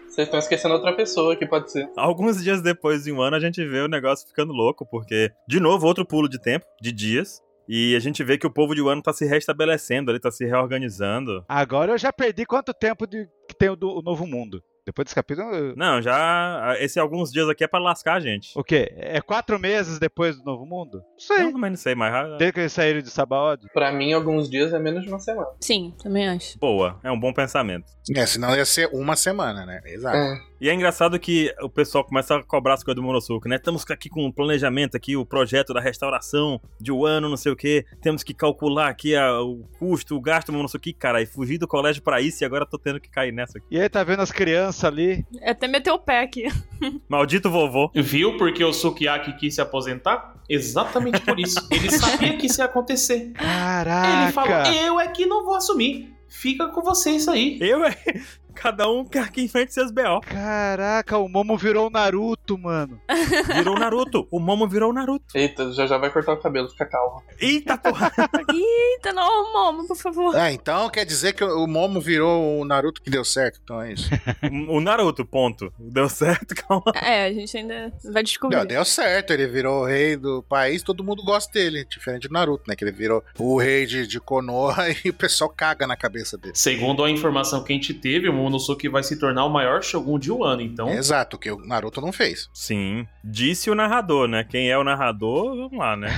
Vocês estão esquecendo outra pessoa que pode ser.
Alguns dias depois de um ano, a gente vê o negócio ficando louco, porque, de novo, outro pulo de tempo, de dias. E a gente vê que o povo de Wano tá se restabelecendo, ele tá se reorganizando.
Agora eu já perdi quanto tempo de, que tem o, do, o Novo Mundo. Depois desse capítulo. eu-
Não, já. Esse alguns dias aqui é pra lascar a gente.
O quê? É quatro meses depois do Novo Mundo? Não
Não,
sei.
mas não sei, mas. ah,
Desde que eles saíram de Sabaody.
Pra mim, alguns dias é menos de uma semana.
Sim, também acho.
Boa, é um bom pensamento.
É, senão ia ser uma semana, né? Exato.
É.
E é engraçado que o pessoal começa a cobrar as coisas do Monosuke, né? Estamos aqui com o planejamento aqui, o projeto da restauração de um ano, não sei o quê. Temos que calcular aqui a- o custo, o gasto do Monosuke. Cara, e fugi do colégio pra isso e agora tô tendo que cair nessa aqui.
E aí tá vendo as crianças ali.
É Até meteu o pé aqui.
Maldito vovô.
Viu porque o Sukiyaki quis se aposentar? Exatamente por isso. Ele sabia que isso ia acontecer.
Caraca!
Ele falou: Eu é que não vou assumir. Fica com você isso aí.
Eu, é. Cada um quer que enfrente seus B.O.
Caraca, o Momo virou o Naruto, mano.
Virou o Naruto. O Momo virou o Naruto.
Eita, já já vai cortar o cabelo, fica calmo.
Eita porra.
Eita, não, Momo, por favor.
Ah, então quer dizer que o Momo virou o Naruto que deu certo, então é isso.
O Naruto, ponto. Deu certo, calma.
É, a gente ainda vai descobrir.
Não, deu certo, ele virou o rei do país, todo mundo gosta dele, diferente do Naruto, né? Que ele virou o rei de, de Konoha e o pessoal caga na cabeça dele.
Segundo a informação que a gente teve, o Momonosuke vai se tornar o maior Shogun de um ano. Então,
Exato, o que o Naruto não fez.
Sim. Disse o narrador, né? Quem é o narrador, vamos lá, né?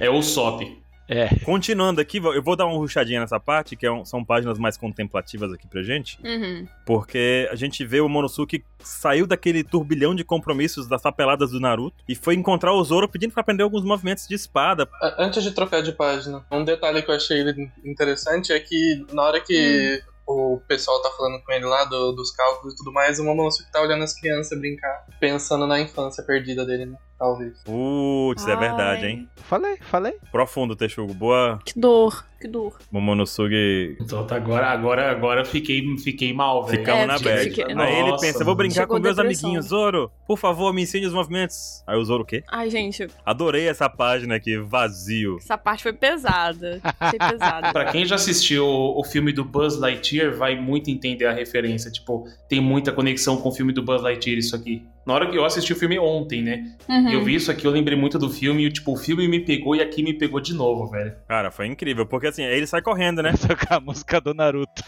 é o SOP.
É.
Continuando aqui, vou- eu vou dar uma ruchadinha nessa parte, que é um- são páginas mais contemplativas aqui pra gente,
Uhum.
porque a gente vê o Monosuke saiu daquele turbilhão de compromissos das papeladas do Naruto e foi encontrar o Zoro pedindo pra aprender alguns movimentos de espada.
A- Antes de trocar de página, um detalhe que eu achei interessante é que na hora que o pessoal tá falando com ele lá do- dos cálculos e tudo mais, o Momonosuke tá olhando as crianças brincar, pensando na infância perdida dele, né? Talvez.
Putz, é
Ai,
verdade, hein?
Falei, falei.
Profundo, Texugo. Boa,
Que dor, que dor.
Momonosuke.
Então, tá agora, agora, agora eu fiquei, fiquei mal, velho.
Ficamos
É,
na
fiquei-
bad.
fiquei-
Aí ele
Nossa,
pensa, vou brincar
Chegou
com meus
depressão.
amiguinhos. Zoro, por favor, me ensine os movimentos. Aí o Zoro o quê?
Ai, gente,
Adorei essa página aqui, vazio.
essa parte foi pesada. Achei pesada.
Pra quem já assistiu o filme do Buzz Lightyear, vai muito entender a referência. Tipo, tem muita conexão com o filme do Buzz Lightyear isso aqui. Na hora que eu assisti o filme ontem, né?
Uhum.
E eu vi isso aqui, eu lembrei muito do filme. E, tipo, o filme me pegou e aqui me pegou de novo, velho.
Cara, foi incrível, porque assim, aí ele sai correndo, né?
Tocar a música do Naruto.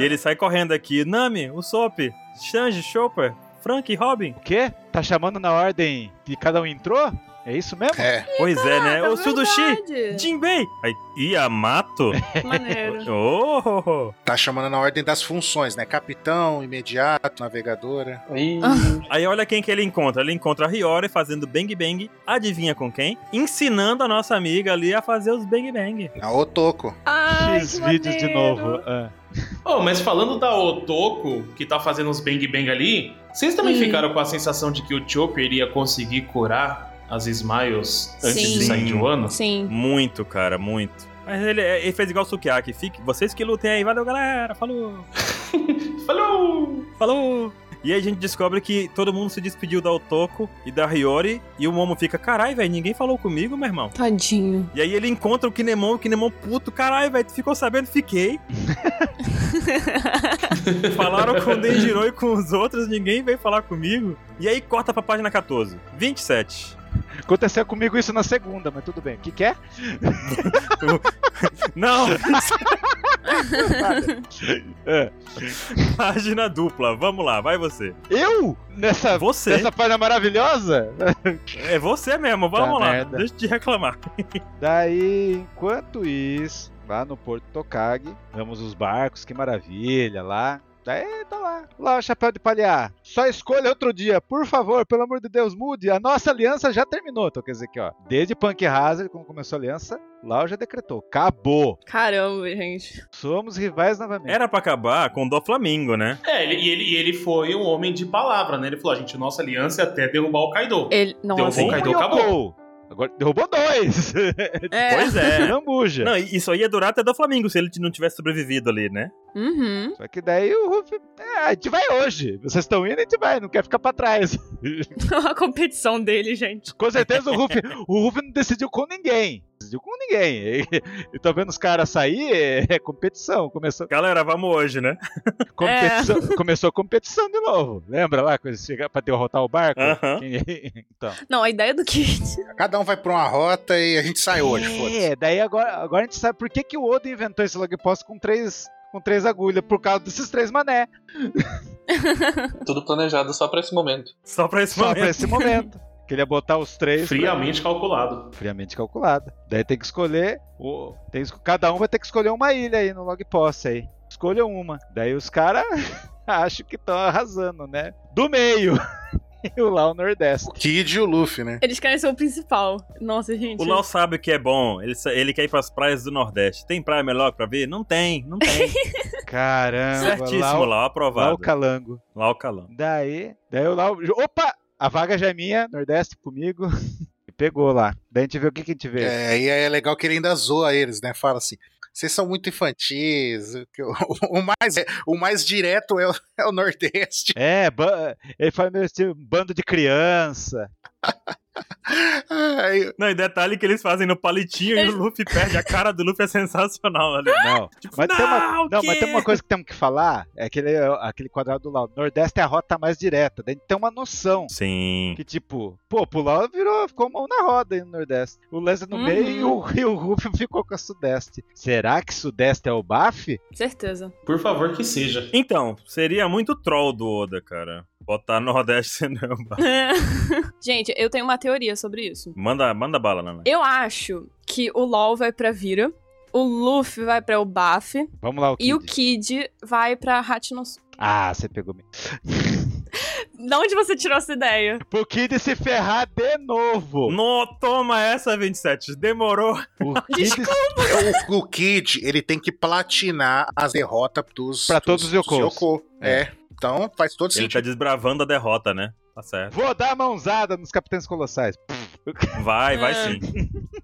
E ele sai correndo aqui. Nami, o Sop, Shanji, Chopper, Frank, Robin.
O quê? Tá chamando na ordem de cada um entrou? É isso mesmo?
É,
pois é, né?
Caraca,
O Sudoshi,
verdade.
Jinbei. Aí, Yamato?
Maneiro.
oh!
tá chamando na ordem das funções, né? Capitão, imediato, navegadora.
Ih,
Aí olha quem que ele encontra. Ele encontra a Hiyori fazendo bang bang. Adivinha com quem? Ensinando a nossa amiga ali a fazer os bang bang.
A Otoko.
Ai,
X
que
vídeos de
maneiro.
novo. Ah.
Oh, mas falando da Otoko, que tá fazendo uns bang bang ali, vocês também
Hum.
ficaram com a sensação de que o Chopper iria conseguir curar as Smiles antes
Sim.
de sair de um ano?
Sim.
Muito, cara, muito. Mas ele, é, ele fez igual o Sukiyaki. Fique, vocês que lutem aí. Valeu, galera. Falou.
Falou!
Falou! E aí a gente descobre que todo mundo se despediu da Otoko e da Hiyori. E o Momo fica, carai, velho, ninguém falou comigo, meu irmão.
Tadinho.
E aí ele encontra o Kinemon, o Kinemon puto, carai, velho, tu ficou sabendo? Fiquei. Falaram com o Denjiro e com os outros, ninguém veio falar comigo. E aí corta pra página 14. 27.
Aconteceu comigo isso na segunda, mas tudo bem. O que, que é?
Não,
É.
página dupla. Vamos lá, vai você.
Eu? Nessa,
Você.
nessa página maravilhosa?
É você mesmo, vamos
Tá
lá.
merda.
Deixa eu te reclamar.
Daí, enquanto isso, lá no Porto Tokag, vemos os barcos, que maravilha lá. Daí tá lá, lá o chapéu de palhar. Só escolha outro dia, por favor, pelo amor de Deus, mude. A nossa aliança já terminou. Então quer dizer que, ó, desde Punk Hazard, quando começou a aliança, lá já decretou: acabou.
Caramba, gente.
Somos rivais novamente.
Era pra acabar com o do Flamengo, né?
É, ele- e ele, e ele foi um homem de palavra, né? Ele falou, a gente, nossa aliança é até derrubar o Kaido.
Ele. Nossa.
Derrubou o
Um
Kaido,
Yoko.
acabou.
Agora derrubou dois.
É.
Pois é.
Lambuja.
Não, e isso aí ia durar até do Flamengo se ele não tivesse sobrevivido ali, né?
Uhum.
Só que daí o Ruff. É, a gente vai hoje. Vocês estão indo, a gente vai, não quer ficar pra trás.
A competição dele, gente.
Com certeza o Ruff. o Ruff não decidiu com ninguém. decidiu com ninguém. E tô vendo os caras sair, é, é competição. Começou,
Galera, vamos hoje, né?
competição começou a competição de novo. Lembra lá, quando chegar pra derrotar o barco?
Aham.
Quem- então.
Não, a ideia do Kit.
Cada um vai pra uma rota e a gente sai hoje, foda-se.
É, daí agora, agora a gente sabe por que, que o Oda inventou esse log post com três, com três agulhas, por causa desses três mané.
Tudo planejado só pra esse momento.
Só pra esse
Só
momento.
pra esse momento. Queria botar os três. pra-
Friamente calculado.
friamente calculado. Daí tem que escolher. o- tem que- cada um vai ter que escolher uma ilha aí no log post aí. Escolha uma. Daí os caras acham que estão arrasando, né? Do meio. E o lá o Nordeste.
O Kid e o Luffy, né?
Eles querem ser o principal. Nossa, gente.
O Lau sabe o que é bom. Ele, sa- ele quer ir pras praias do Nordeste. Tem praia melhor pra ver? Não tem, não tem. É
Caramba, lá
Certíssimo,
o,
Lau,
lá o
aprovado.
calango.
Lau Calão.
Daí, daí eu lá. Opa! A vaga já é minha, Nordeste comigo. E pegou lá. Daí a gente vê o que, que a gente vê.
É, e aí é legal que ele ainda zoa eles, né? Fala assim. Vocês são muito infantis. o que- O, o mais, o mais direto é o, é o Nordeste.
É, ba- ele fala meu estilo, bando de criança.
Ai,
Não, e detalhe que eles fazem no palitinho e o Luffy perde. A cara do Luffy é sensacional ali.
Não, mas, tem uma,
não, o
não,
quê?
mas tem
é?
uma coisa que temos que falar: é aquele, aquele quadrado do lado. Nordeste é a rota mais direta. Daí a gente tem uma noção.
Sim.
Que tipo, pô, pular virou, ficou mão na roda aí no Nordeste. O Lance no
Uhum.
meio e o, e o Rufio ficou com a Sudeste. Será que Sudeste é o BAF?
Certeza.
Por favor que seja.
Então, seria muito troll do Oda, cara. Botar Nordeste sendo. um
gente, eu tenho uma teoria sobre isso.
manda, manda bala, Nana.
Eu acho que o LOL vai pra Vira, o Luffy vai pra Ubaf
Vamos lá, o Kid.
e o Kid vai pra Hatinosu.
Ah, você pegou. me-
De onde você tirou essa ideia?
Pro Kid se ferrar de novo.
No, toma essa, 27. Demorou. tá
O Kid se
o, o Kid, ele tem que platinar as derrotas dos.
Pra todos
dos-
os Yokos.
dos Yoko. É. Então faz todo
Ele tá
sentido.
desbravando a derrota, né? Tá certo.
Vou dar a mãozada nos Capitães Colossais.
Vai, vai
É.
sim.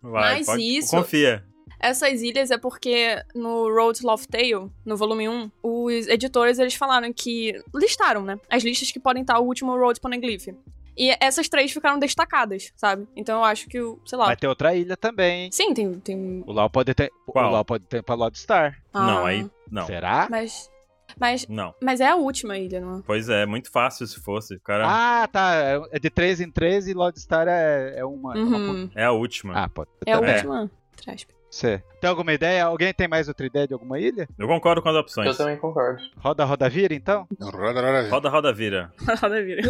Vai,
Mas
pode-
isso-
Confia.
Essas ilhas é porque no Road to Love Tale, no volume 1, os editores eles falaram que listaram, né, as listas que podem estar o último Road Poneglyph. E essas três ficaram destacadas, sabe? Então eu acho que, o sei lá.
Vai ter outra ilha também, hein?
Sim, tem tem
O Lau pode ter.
Qual?
O Lau pode ter pra Lodestar.
ah,
Não, aí. Não.
Será?
Mas mas
Não.
mas é a última ilha, não é?
Pois é, muito fácil se fosse. O Cara,
Ah, tá. é- É de 3 em 3 e Lodestar é, é uma. é uma
Uhum.
é a última.
Ah, pode
É a
também.
última. Traz.
ser. Tem alguma ideia? Alguém tem mais outra ideia de alguma ilha?
Eu concordo com as opções.
Eu também concordo.
Roda, roda, vira, então?
Roda, roda, roda.
Roda, roda, vira.
Nada vira.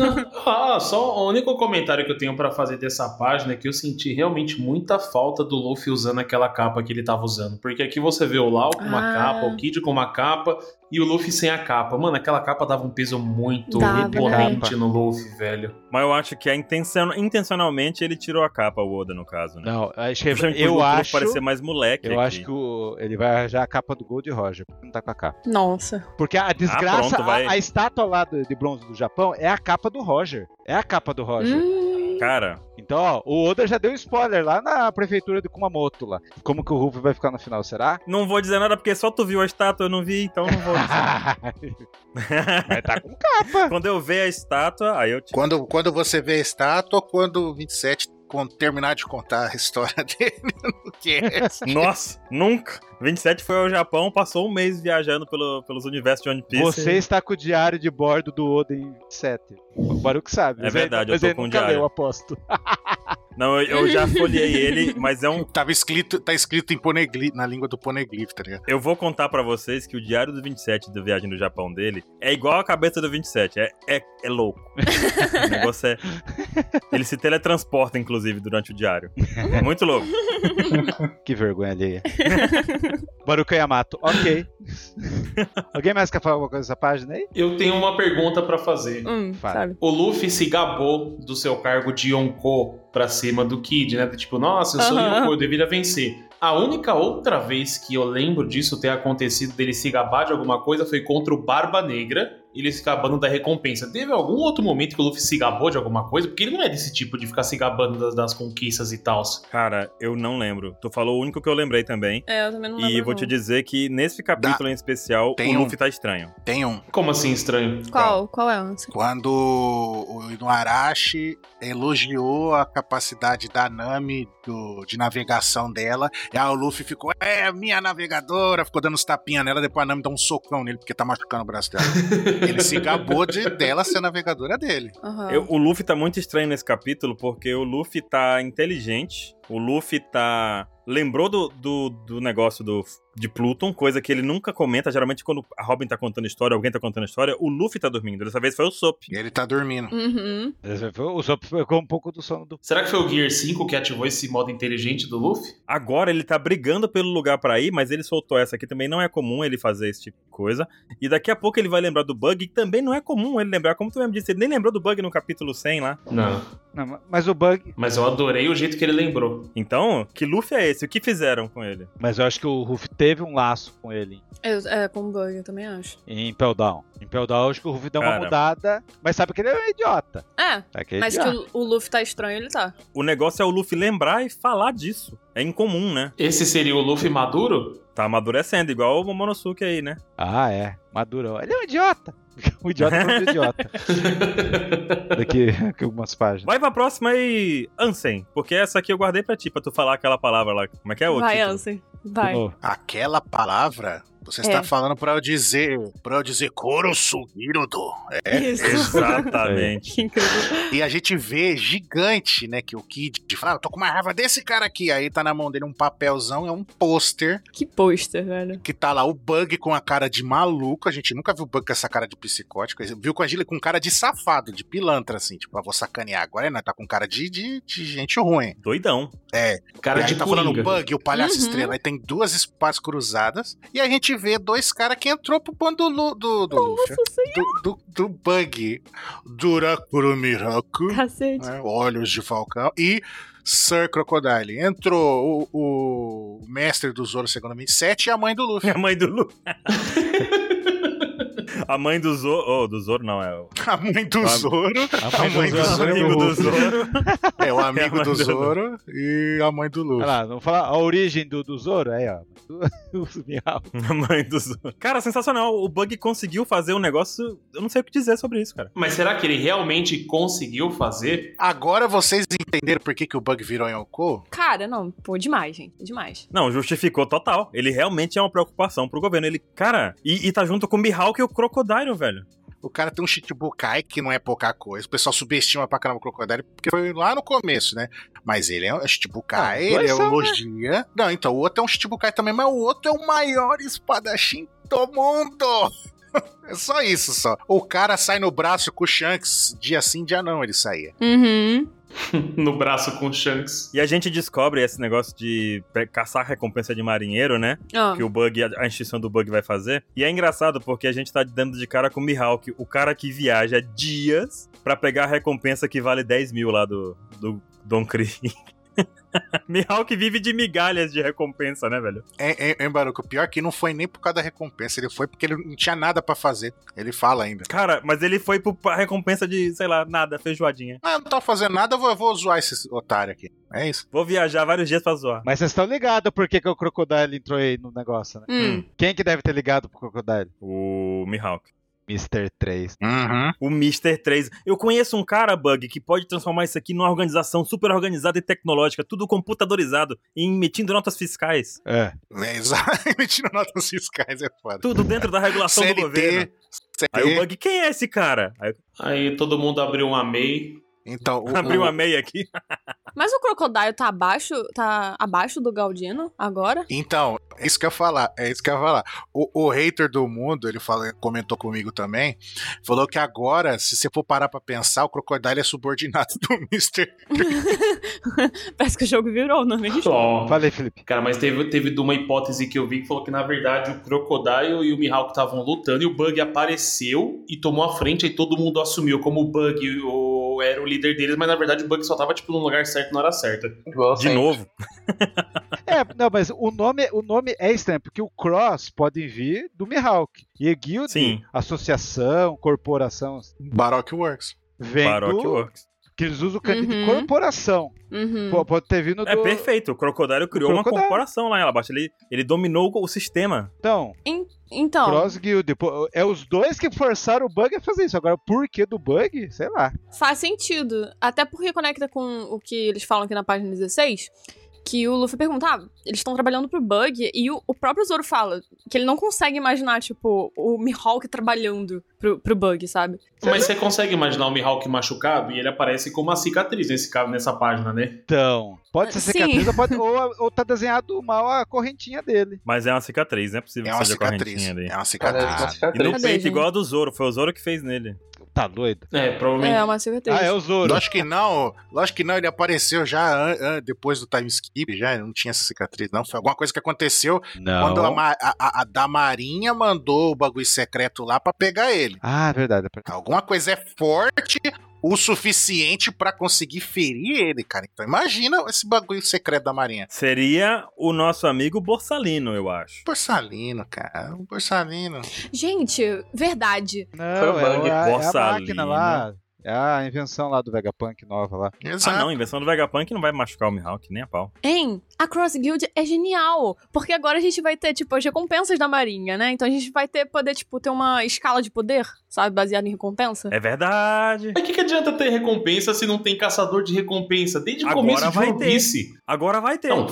Ah, só o único comentário que eu tenho pra fazer dessa página é que eu senti realmente muita falta do Luffy usando aquela capa que ele tava usando. Porque aqui você vê o Lau com uma
Ah.
capa, o Kid com uma capa e o Luffy sem a capa. Mano, aquela capa dava um peso muito
Dava, né?
imponente
verdade.
no Luffy, velho.
Mas eu acho que é intencion- intencionalmente ele tirou a capa, o Oda, no caso, né?
Não, acho que
Justamente pro
eu
Goku
acho.
parecer mais moleque
Eu
aqui.
acho que o- ele vai arranjar a capa do Gold Roger. porque Não tá com a capa.
Nossa.
Porque a
Ah,
desgraça,
pronto, vai.
a, a estátua lá do- de bronze do Japão é a capa do Roger. É a capa do Roger.
Hum,
Cara,
Então, ó, o Oda já deu spoiler lá na prefeitura de Kumamoto lá. Como que o Ruffy vai ficar no final, será?
não vou dizer nada porque só tu viu a estátua, eu não vi, então não vou dizer.
Mas tá com capa.
Quando eu ver a estátua, aí eu te...
Quando, quando você vê a estátua, quando o 27 con- terminar de contar a história dele no cast.
Nossa, nunca! 27 foi ao Japão, passou um mês viajando pelo- pelos universos de One Piece.
Você está com o diário de bordo do Oda em 7. O Baruch sabe.
É
mas ele-
verdade, eu
mas
tô
ele
com o
nunca
diário.
leu, aposto.
Não, eu, eu já folhei ele, mas é um.
Tava escrito, tá escrito em poneglyph, na língua do poneglyph, tá ligado?
Eu vou contar pra vocês que o diário do 27 da viagem do Japão dele é igual a cabeça do 27. É, é, é louco. o negócio é. Ele se teletransporta, inclusive, durante o diário. É muito louco.
Que vergonha alheia. Baruch Yamato, ok. Alguém mais quer falar alguma coisa dessa página aí?
Eu tenho uma pergunta pra fazer.
hum,
Fala.
sabe.
O Luffy se gabou do seu cargo de Yonko pra cima do Kid, né? Tipo, nossa, eu sou
Aham.
Yonko, eu deveria vencer. A única outra vez que eu lembro disso ter acontecido, dele se gabar de alguma coisa, foi contra o Barba Negra. ele se gabando da recompensa. Teve algum outro momento que o Luffy se gabou de alguma coisa? Porque ele não é desse tipo de ficar se gabando das, das conquistas e tal.
Cara, eu não lembro. Tu falou o único que eu lembrei também.
É, eu também não lembro.
E vou
não.
te dizer que nesse capítulo em especial,
Tem
o
um.
Luffy tá estranho.
Tem um.
Como assim, estranho?
Qual? Qual é? Anson?
Quando o Inuarashi elogiou a capacidade da Nami do- de navegação dela, e aí o Luffy ficou, é, minha navegadora, ficou dando uns tapinhas nela, depois a Nami dá um socão nele, porque tá machucando o braço dela. Ele se gabou de dela ser a navegadora dele.
Aham.
Eu- o Luffy tá muito estranho nesse capítulo porque o Luffy tá inteligente, o Luffy tá. Lembrou do, do, do negócio do, de Pluton, coisa que ele nunca comenta. Geralmente, quando a Robin tá contando história, alguém tá contando história, o Luffy tá dormindo. Dessa vez foi o Sop.
E ele tá dormindo.
Uhum.
O Zop ficou um pouco do sono do.
Será que foi o Gear 5 que ativou esse modo inteligente do Luffy?
Agora ele tá brigando pelo lugar pra ir, mas ele soltou essa aqui também. Não é comum ele fazer esse tipo de coisa. E daqui a pouco ele vai lembrar do bug, que também não é comum ele lembrar. Como tu mesmo disse, ele nem lembrou do bug no capítulo 100 lá.
Não.
Não, ma- mas o bug.
Mas eu adorei o jeito que ele lembrou.
Então, que Luffy é esse? O que fizeram com ele?
Mas eu acho que o Ruff teve um laço com ele
Eu- é, com bug, eu também acho.
em Impel Down. Em Impel Down, eu acho que o Ruff deu uma
Cara.
mudada. Mas sabe que ele é um idiota.
É,
Sabe que é
mas que
idiota.
o, o Luffy tá estranho, ele tá.
O negócio é o Luffy lembrar e falar disso. É incomum, né?
Esse seria o Luffy maduro?
Tá amadurecendo, igual o Momonosuke aí, né?
Ah, é. Maduro. Ele é um idiota. Um idiota é um idiota. Daqui daqui algumas páginas.
Vai pra próxima aí, Ansem. Porque essa aqui eu guardei pra ti, pra tu falar aquela palavra lá. Como é que é o
vai,
título?
Ansem. Vai.
De novo.
Aquela palavra, você está
É.
falando pra eu dizer, pra eu dizer, Korosugirudo.
É,
Isso.
Exatamente.
Que incrível.
E a gente vê gigante, né, que o Kid fala, ah, eu tô com uma raiva desse cara aqui. Aí tá na mão dele um papelzão, é um pôster,
Que pôster, velho.
que tá lá o Bug com a cara de maluco. A gente nunca viu o Bug com essa cara de psicótico. Viu com a Gila com cara de safado, de pilantra, assim. Tipo, ah, vou sacanear agora, né? Tá com cara de, de, de gente ruim.
Doidão.
É,
Cara
e aí
de
tá falando
coringa.
o Bug, o Palhaço
Uhum.
Estrela. Aí tem duas espadas cruzadas. E a gente vê dois caras que entrou pro bando do, Lu- do, do, Luffy, do, do, do Bug. Durakurumiraku.
Cacete.
né, Olhos de Falcão e Sir Crocodile. Entrou o, o mestre do Zoro segundo 27 e a mãe do Luffy.
É A mãe do Luffy. A mãe do Zoro. Oh, do Zoro não, é o.
A mãe do
A-
Zoro.
A mãe
A mãe
do
do
o amigo
Zoro é e do
do
Ruff.
Zoro.
É o
É a
amigo
mãe
do
do
Zoro e a mãe do
Olha
Luffy.
lá, vamos falar a origem do, do Zoro? Aí, ó. O miau.
A mãe do Zoro. Cara, sensacional. O Bug conseguiu fazer um negócio. Eu não sei o que dizer sobre isso, cara.
Mas será que ele realmente conseguiu fazer?
Agora vocês entenderam por que, que o Bug virou Yonko?
Cara, não, pô, demais, gente. Demais.
Não, justificou total. Ele realmente é uma preocupação pro governo. Ele, cara, e, e tá junto com o Mihawk e o Crocodile, velho.
O cara tem um Shichibukai, que não é pouca coisa. O pessoal subestima pra caramba o Crocodile, porque foi lá no começo, né? Mas ele é um Shichibukai,
Ah,
ele
dois
é um
são, né?
Logia. Não, então, o outro é um Shichibukai também, mas o outro é o maior espadachim do mundo! É só isso, só. O cara sai no braço com o Shanks, dia sim, dia não, ele saía.
Uhum.
no braço com o Shanks.
E a gente descobre esse negócio de pe- caçar recompensa de marinheiro, né?
Ah,
Que o bug, a a instituição do bug vai fazer. E é engraçado porque a gente tá dando de cara com o Mihawk, o cara que viaja dias pra pegar a recompensa que vale 10 mil lá do, do Don Kree. Mihawk vive de migalhas de recompensa, né, velho?
É, é, é Baruco, pior que não foi nem por causa da recompensa, ele foi porque ele não tinha nada pra fazer. Ele fala ainda.
Cara, mas ele foi pro- pra recompensa de, sei lá, nada, feijoadinha.
Ah, eu não tô fazendo nada, eu vou, eu vou zoar esse otário aqui. É isso.
Vou viajar vários dias pra zoar.
Mas vocês estão ligados por que, que o Crocodile entrou aí no negócio, né?
hum.
Quem que deve ter ligado pro Crocodile?
O Mihawk.
Mr. 3.
Uhum.
O Mr. 3. Eu conheço um cara, Bug, que pode transformar isso aqui numa organização super organizada e tecnológica, tudo computadorizado, e emitindo notas fiscais.
É.
É, exato. Emitindo notas fiscais é foda.
Tudo dentro da regulação do governo.
CLT,
Aí o
CLT.
Bug, quem é esse cara? Aí
Aí todo mundo abriu um amei.
Então, o,
abriu
o-
a meia aqui.
Mas o Crocodile tá abaixo, tá abaixo do Galdino agora?
então, é isso que eu ia falar. É isso que eu ia falar. O, o hater do mundo, ele fala- comentou comigo também, falou que agora, se você for parar pra pensar, o Crocodile é subordinado do Mr.
Parece que o jogo virou, não é mesmo?
Ó.
Falei, Felipe.
Cara, mas teve, teve de uma hipótese que eu vi que falou que, na verdade, o Crocodile e o Mihawk estavam lutando e o Bug apareceu e tomou a frente e todo mundo assumiu como o Bug, o tipo, era o líder deles, mas na verdade o Buck só tava, tipo, no lugar certo na hora certa.
Igual
De
sempre.
novo.
É, não, mas o nome, o nome é estranho, porque o Cross pode vir do Mihawk. E a Guild,
Sim.
associação, corporação,
Baroque Works.
vem
Baroque
do,
Works.
que eles usam o candido de
Uhum.
corporação.
Uhum.
Pô, Pode ter vindo do...
É perfeito. O Crocodile criou uma
Crocodile.
corporação lá em Alabasta. Ele, ele dominou o sistema.
Então,
Então,
Cross Guild. pô, É os dois que forçaram o Bug a fazer isso. Agora, o porquê do Bug? Sei lá.
faz sentido. Até porque conecta com o que eles falam aqui na página 16. Que o Luffy pergunta, ah, eles estão trabalhando pro Bug, e o, o próprio Zoro fala que ele não consegue imaginar, tipo, o Mihawk trabalhando pro, pro Bug, sabe?
Mas você consegue imaginar o Mihawk machucado e ele aparece com uma cicatriz nesse caso, nessa página, né?
Então, pode ser
Sim.
cicatriz ou, pode, ou, ou tá desenhado mal a correntinha dele.
Mas é uma cicatriz, não é possível
É
que
uma
seja
cicatriz.
correntinha ali.
É uma
Parece
cicatriz.
uma
E no
cicatriz.
Cadê,
peito,
gente?
igual a do Zoro. Foi o Zoro que fez nele.
Tá doido?
É, provavelmente.
É, uma certeza.
Ah, é o Zoro.
Lógico que não, lógico que não, ele apareceu já an- an- depois do time skip, já não tinha essa cicatriz, não. Foi alguma coisa que aconteceu quando a, ma- a- a- a da Marinha mandou o bagulho secreto lá pra pegar ele.
Ah, verdade. é pra-
Alguma coisa é forte o suficiente pra conseguir ferir ele, cara. Então imagina esse bagulho secreto da Marinha.
Seria o nosso amigo Borsalino, eu acho.
Borsalino, cara. Um borsalino.
Gente, verdade.
Foi o
Não,
Bug.
é, a- é a
Borsalino.
máquina lá. É a invenção lá do Vegapunk nova lá.
Exato.
Ah, não, invenção do Vegapunk não vai machucar o Mihawk, nem a pau.
Hein? A Cross Guild é genial. Porque agora a gente vai ter, tipo, as recompensas da Marinha, né? Então a gente vai ter poder, tipo, ter uma escala de poder, sabe? Baseada em recompensa.
É verdade.
Mas o que, que adianta ter recompensa se não tem caçaador de recompensa? Desde o
Agora
começo de
vai
One
ter.
Piece.
Agora vai ter.
Não,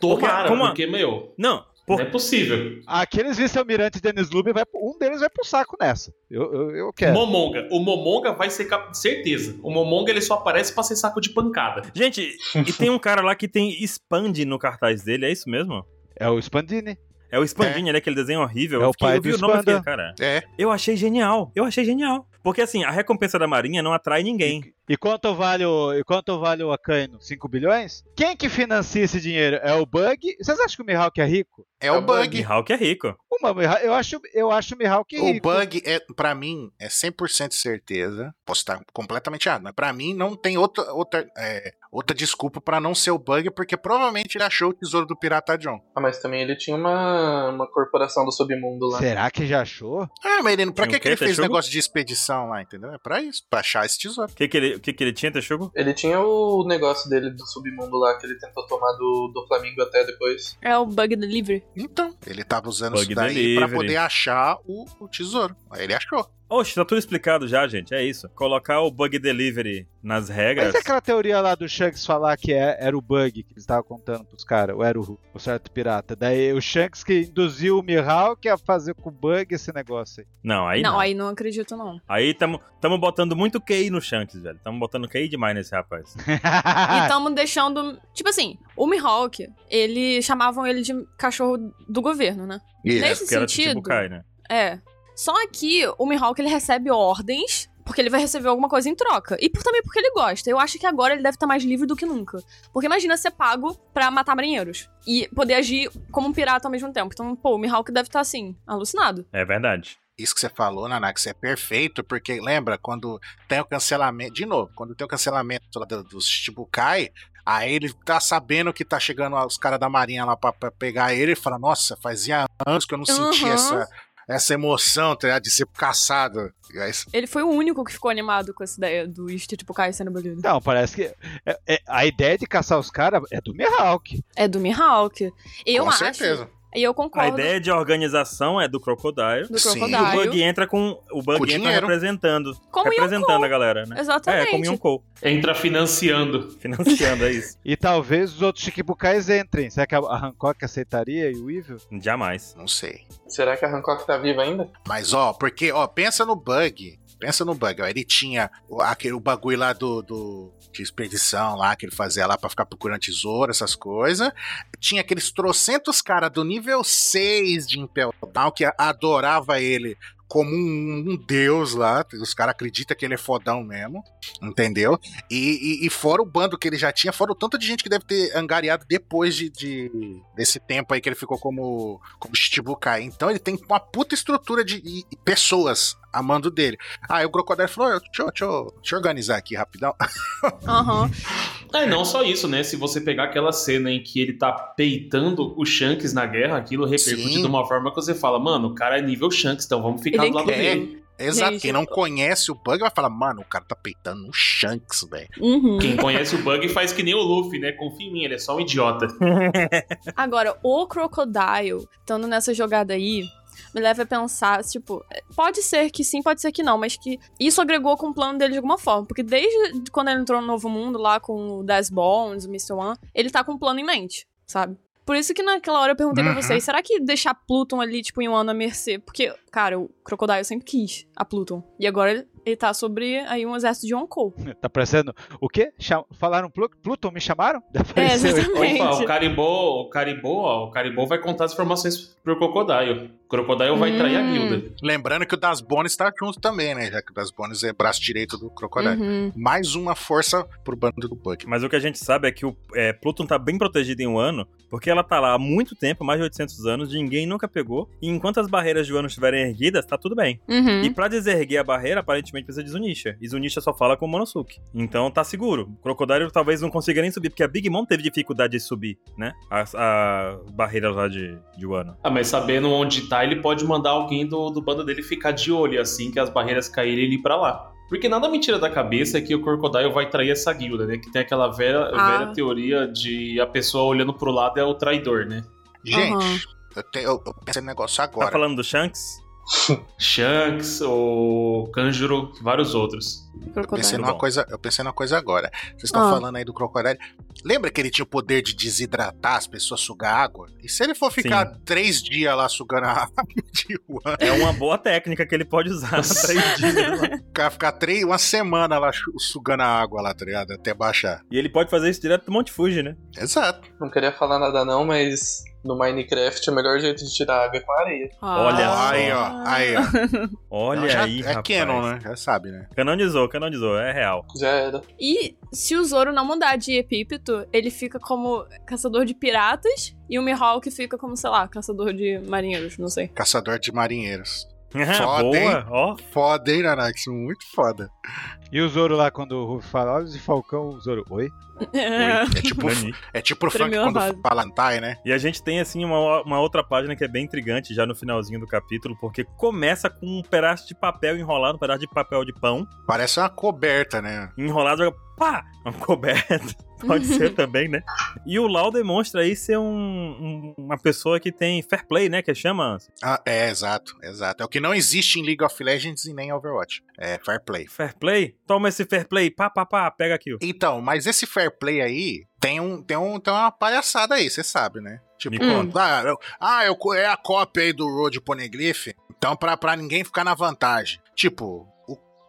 tomara,
Porque- como a-
porque, meu,
Não,
não
por...
é possível.
Aqueles vice-almirante Denis Lube, vai, pro- um deles vai pro saco nessa. Eu, eu, eu quero.
Momonga. O Momonga vai ser cap... certeza. O Momonga ele só aparece pra ser saco de pancada.
Gente, e tem um cara lá que tem expande no cartaz dele, é isso mesmo?
É o Spandini.
É o Expandinho, né? Aquele desenho horrível.
É
Eu
o pai
eu vi
do
o nome e fiquei,
Spanda.
cara.
É.
Eu achei genial. Eu achei genial. Porque assim, a recompensa da Marinha não atrai ninguém.
E quanto vale o, e quanto vale o Akaino? 5 bilhões? Quem que financia esse dinheiro? É o Bug? Vocês acham que o Mihawk é rico?
É o
o bug.
bug.
Mihawk é rico.
Uma, Miha- eu acho, eu acho o Mihawk
O
rico.
bug, é, pra mim, é 100% certeza. Posso estar completamente errado, mas pra mim não tem outra, outra, é, outra desculpa pra não ser o bug, porque provavelmente ele achou o tesouro do Pirata John.
Ah, mas também ele tinha uma, uma corporação do submundo lá.
Será que já achou?
Ah, Merino, pra
Tem
que,
o
que
quê,
ele fez
Texugo?
negócio de expedição lá, entendeu? É pra isso, pra achar esse tesouro.
O que, que, ele, o que, que ele tinha, Texugo?
Ele tinha o negócio dele do submundo lá, que ele tentou tomar do, do Flamengo até depois.
É o bug delivery.
Então, ele tava usando
Bug
isso daí
delivery.
pra poder achar o, o tesouro. Aí ele achou.
Oxe, tá tudo explicado já, gente. É isso. Colocar o bug delivery nas regras.
Mas e aquela teoria lá do Shanks falar que é- era o Bug que ele estava contando pros caras, ou era o, o certo pirata. Daí o Shanks que induziu o Mihawk a fazer com o Bug esse negócio aí.
Não, aí
não,
não.
aí não acredito, não.
Aí tamo, tamo botando muito QI no Shanks, velho. Tamo botando QI demais nesse rapaz.
E
Ah.
estamos deixando. Tipo assim, o Mihawk, ele chamavam ele de cachorro do governo, né? Nesse
Isso.
É Porque era
sentido.
Chichibukai, né?
É. Só que o Mihawk ele recebe ordens porque ele vai receber alguma coisa em troca. E por- também porque ele gosta. Eu acho que agora ele deve estar mais livre do que nunca. Porque imagina ser pago pra matar marinheiros e poder agir como um pirata ao mesmo tempo. Então, pô, o Mihawk deve estar assim, alucinado.
É verdade.
Isso que você falou, Nanax, é perfeito, porque lembra quando tem o cancelamento. De novo, quando tem o cancelamento lá do- dos Shichibukai, aí ele tá sabendo que tá chegando lá os caras da Marinha lá pra, pra pegar ele e fala: Nossa, fazia anos que eu não sentia
Uhum.
essa, essa emoção tá ligado, de ser caçado. E aí,
Ele foi o único que ficou animado com essa ideia do Isto tipo Kai sendo banido.
Não, parece que é- é- a ideia de caçar os caras é do Mihawk.
É do Mihawk. Eu
com
acho.
certeza.
E eu
A
concordo
ideia de organização é do Crocodile.
do
Sim.
E o Bug
Crocodile.
entra com. O Bug
Com
entra
dinheiro.
representando.
Como
representando a galera, né?
Exatamente.
É, como Yonkou.
Entra financiando.
Financiando, é isso.
E talvez os outros Chiquibukais entrem. Será que a a Hancock aceitaria e o Evil?
Jamais.
Não sei.
Será que a Hancock tá viva ainda?
Mas, ó, porque, ó, pensa no bug. Pensa no bug, ó. Ele tinha o- aquele o bagulho lá do, do- de expedição lá que ele fazia lá pra ficar procurando tesouro, essas coisas. Tinha aqueles trocentos cara do nível 6 de Impel Down que a- adorava ele como um, um deus lá. Os caras acreditam que ele é fodão mesmo, entendeu? E, e- e fora o bando que ele já tinha, fora o tanto de gente que deve ter angariado depois de, de- desse tempo aí que ele ficou como como Shichibukai. Então ele tem uma puta estrutura de e- e pessoas amando dele. Aí o Crocodile falou: "Ô, deixa, eu- deixa eu- deixa eu organizar aqui rapidão.
Aham.
Ah, e não só isso, né? Se você pegar aquela cena em que ele tá peitando o Shanks na guerra, aquilo repercute
Sim.
de uma forma que você fala, mano, o cara é nível Shanks, então vamos ficar
Ele é
do lado
incrível.
dele.
Exato.
Gente,
Quem não
eu-
conhece o Bug vai falar: mano, o cara tá peitando um Shanks, velho.
Uhum.
Quem conhece o Bug faz que nem o Luffy, né? Confia em mim, ele é só um idiota.
Agora, o Crocodile, estando nessa jogada aí, me leva a pensar, tipo, pode ser que sim, pode ser que não, mas que isso agregou com o plano dele de alguma forma. Porque desde quando ele entrou no Novo Mundo, lá com o Das Bones, o Mr. One, ele tá com um plano em mente, sabe? Por isso que naquela hora eu perguntei pra
Uhum.
vocês, será que deixar Pluton ali, tipo, em um ano à mercê? Porque, cara, o Crocodile sempre quis a Pluton. E agora ele, ele tá sobre aí um exército de Yonkou.
Tá parecendo. O quê? Cha- Falaram Plu- Pluton? Me chamaram?
É,
Apareceu aí.
exatamente.
Opa, o Caribou, o Caribou, ó, o Caribou vai contar as informações pro Crocodile. O Crocodile vai trair a
Hum.
guilda.
Lembrando que o Das Bones tá junto também, né? Já que o Das Bones é braço direito do Crocodile.
Uhum.
Mais uma força pro bando do Bug.
Mas o que a gente sabe é que o é, Pluton tá bem protegido em um ano, porque ela tá lá há muito tempo, mais de 800 anos, ninguém nunca pegou, e enquanto as barreiras de Wano estiverem erguidas, tá tudo bem.
Uhum.
E pra deserguer a barreira, aparentemente precisa de Zunisha. E Zunisha só fala com o Monosuke. Então tá seguro. O Crocodile talvez não consiga nem subir, porque a Big Mom teve dificuldade de subir, né? A, a barreira lá de, de Wano. Tá
Ah, mas sabendo onde tá, ele pode mandar alguém do, do bando dele ficar de olho, e assim que as barreiras caírem, ele ir pra lá. Porque nada me tira da cabeça que o Crocodile vai trair essa guilda, né? Que tem aquela velha,
Ah.
velha teoria de a pessoa olhando pro lado é o traidor, né?
Gente,
Aham.
eu, te, eu, eu pensei no negócio
Tá
agora.
falando do Shanks?
Shanks, o Kanjuro, vários outros.
Pensei
Crocodile.
numa
bom.
coisa, eu pensei numa coisa agora. Vocês estão
Ah.
falando aí do Crocodile. Lembra que ele tinha o poder de desidratar as pessoas, sugar água? E se ele for ficar três dias lá sugando a água de Wano,
É uma boa técnica que ele pode usar. Três dias.
ficar, ficar três, uma semana lá chu- sugando a água lá, tá ligado? Até baixar.
e ele pode fazer isso direto do Monte Fuji, né?
Exato.
Não queria falar nada não, mas no Minecraft o melhor jeito de tirar água é com areia.
Olha
Ah.
só.
aí, ó. Aí, ó.
Olha
Não, já-
aí,
É
rapaz.
Canon, né? Já sabe, né?
Canonizou, canonizou, é real.
Já era.
E se o Zoro não mudar de epípeto, ele fica como caçador de piratas e o Mihawk fica como, sei lá, caçador de marinheiros, não sei.
Caçador de marinheiros.
Ah,
Foda, hein?
Boa, ó.
Foda, hein, Nanax? Muito foda.
E o Zoro lá, quando o Ruff fala, olha os de Falcão, o Zoro, oi?
É tipo,
Nani.
é tipo o Frank
Tremeu a
quando
base.
fala Antai, né?
E a gente tem, assim, uma, uma outra página que é bem intrigante já no finalzinho do capítulo, porque começa com um pedaço de papel enrolado, um pedaço de papel de pão,
Parece uma coberta, né?
enrolado, pá, uma coberta. Pode ser também, né? E o Lau demonstra aí ser um- um- uma pessoa que tem fair play, né? Que chama
Ah, é, exato, exato. É o que não existe em League of Legends e nem Overwatch. É fair play.
fair play. Toma esse fair play, pá, pá, pá, pega aqui. ó.
Então, mas esse fair play aí tem, um, tem, um, tem uma palhaçada aí, você sabe, né? Tipo,
Me
ah, eu, ah eu co- é a cópia aí do Road Poneglyph, então pra, pra ninguém ficar na vantagem. Tipo,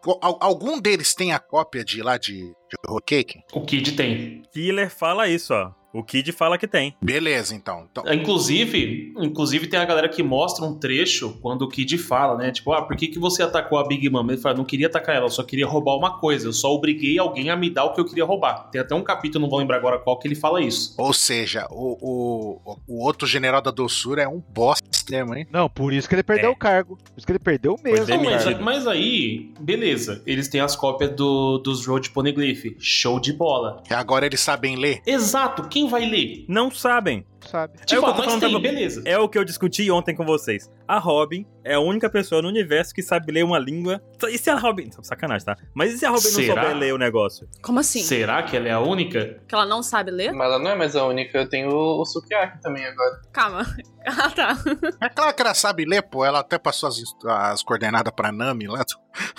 o- al- algum deles tem a cópia de lá de, de Road Cake?
O Kid tem.
Killer fala isso, ó. O Kid fala que tem.
Beleza, então. então
Inclusive, inclusive tem a galera que mostra um trecho quando o Kid fala, né? Tipo, ah, por que, que você atacou a Big Mom? Ele fala, não queria atacar ela, eu só queria roubar uma coisa. Eu só obriguei alguém a me dar o que eu queria roubar. Tem até um capítulo, não vou lembrar agora qual, que ele fala isso.
ou seja, o, o, o outro general da doçura é um bosta mesmo, hein?
Não, por isso que ele perdeu
É.
o cargo. Por isso que ele perdeu mesmo.
Foi
Não,
o
mas,
demitido.
cargo.
mas aí, beleza. Eles têm as cópias do, dos Road Poneglyph. Show de bola.
E agora eles sabem ler.
Exato, quem vai ler?
Não sabem.
Sabe?
Tipo,
É eu
ah,
tô
nós
falando
tem,
pra-
beleza.
É o que eu discuti ontem com vocês. A Robin é a única pessoa no universo que sabe ler uma língua. E se a Robin. Sacanagem, tá? Mas e se a Robin não
Será?
souber ler o negócio?
Como assim?
Será que ela é a única?
Que ela não sabe ler?
Mas ela não é mais a única, eu tenho o, o Sukiyaki também agora.
Calma. Ah, tá.
É claro que ela sabe ler, pô. Ela até passou as, inst- as coordenadas pra Nami lá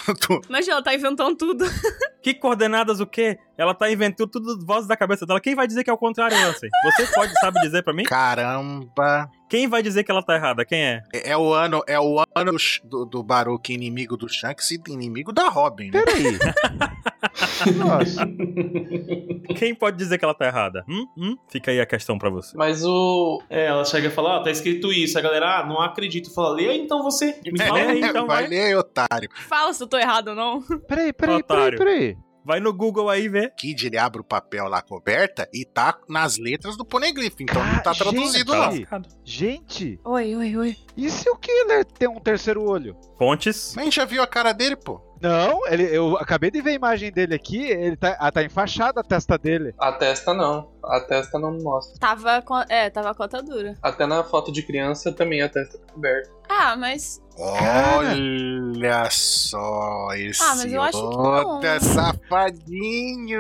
do, do-
Imagina, ela tá inventando tudo.
Que coordenadas o quê? Ela tá inventando tudo vozes da cabeça dela. Quem vai dizer que é o contrário, Ansem? Você pode, sabe dizer pra mim?
Caramba.
Quem vai dizer que ela tá errada? Quem é?
É, é o ano, é o ano do Sh- do, do Baruch, inimigo do Shanks e inimigo da Robin, né?
Peraí. Nossa.
Quem pode dizer que ela tá errada? Hum? Hum? Fica aí a questão pra você.
Mas o.
É, ela chega e fala, ah, tá escrito isso. A galera, ah, não acredito. Fala, lê aí então você. Me fala aí.
então,
vai
vai.
ler, otário.
Fala se eu tô errado ou não.
Peraí, peraí, peraí,
Otário.
peraí.
Vai no Google aí ver.
Kid, ele abre o papel lá, a coberta, e tá nas letras do Poneglyph. Então não tá
Ah,
traduzido,
gente.
não.
Gente,
Oi, oi, oi.
e se o Killer tem um terceiro olho?
Pontes.
Mas a gente já viu a cara dele, pô.
Não, ele, eu acabei de ver a imagem dele aqui, ele tá, ah, tá enfaixada a testa dele.
A testa não. A testa não mostra.
Tava com a... É, tava com a cota dura.
Até na foto de criança também a testa tá coberta.
Ah, mas.
Olha só esse
Ah, mas eu acho que não.
Oda safadinho.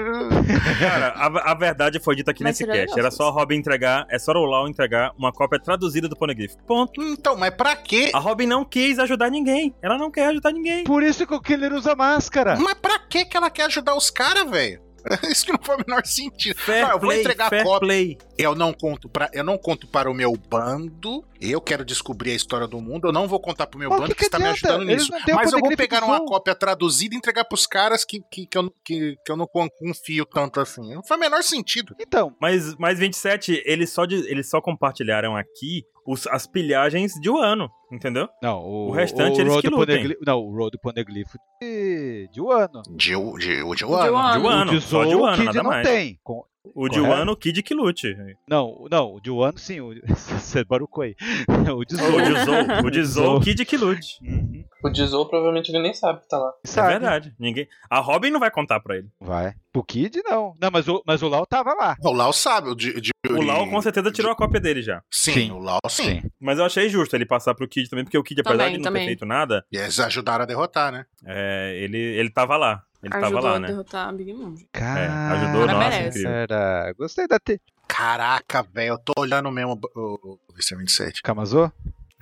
Cara, a, a verdade foi dita aqui
Mas
nesse
seria
cast.
legal
Era
se
só a Robin entregar, é só o Lau entregar uma cópia traduzida do Poneglyph. Ponto.
Então, mas pra quê?
A Robin não quis ajudar ninguém. Ela não quer ajudar ninguém.
Por isso que o Killer usa máscara.
Mas pra quê que ela quer ajudar os caras, velho? Isso que não faz o menor sentido.
Fair
Ah, eu vou
play,
entregar a
fair
cópia.
play.
Eu não conto para eu não conto para o meu bando. Eu quero descobrir a história do mundo. Eu não vou contar pro meu
Mas o
bando
que
que,
que
está tá me
adianta?
ajudando
Eles
nisso.
não têm o
Mas eu vou
Poneglyph
pegar
do
um uma
Zoom.
cópia traduzida e entregar pros caras que, que, que, eu, não- que, que eu não con- confio tanto assim. Não faz o menor sentido.
Então,
Mas, mas 27, eles só, de- eles só compartilharam aqui os- as pilhagens de um ano, entendeu?
não, o,
O restante
o
eles
Road
que lutem.
Poneglyph- Não, o Road Poneglyph de, de Wano.
De, o- de, o de
De
Wano.
De
Wano.
um ano,
Ah, o
só de
Zou,
um
o
ano,
Kid
nada
não
mais.
tem. Com-
O de
Correto?
um ano, o Kid que lute.
Não, o- não, o de Wano sim, o você barucou aí. O de Zou.
O de Zou, o de Zou,
Zou.
o Kid que lute.
Uhum.
O Dizou provavelmente ele nem sabe que tá lá.
É
Sabe?
verdade. Ninguém... A Robin não vai contar pra ele.
Vai. Pro Kid não. Não, mas o, mas o Lau tava lá.
O Lau sabe. O, de, de-
O Lau com certeza tirou a cópia dele já.
Sim,
Sim.
o Lau sim.
Mas eu achei justo ele passar pro Kid também, porque o Kid, apesar
Também,
de não
também.
ter feito nada,
E eles ajudaram a derrotar, né?
é, ele, ele tava lá. Ele
Ajudou
tava lá,
a
né?
derrotar a Big Mom. gente.
Cara,
É, ajudou
nós, merece.
incrível.
Cara, gostei da te...
Caraca, velho. Eu tô olhando mesmo o, o VC27.
Camazô?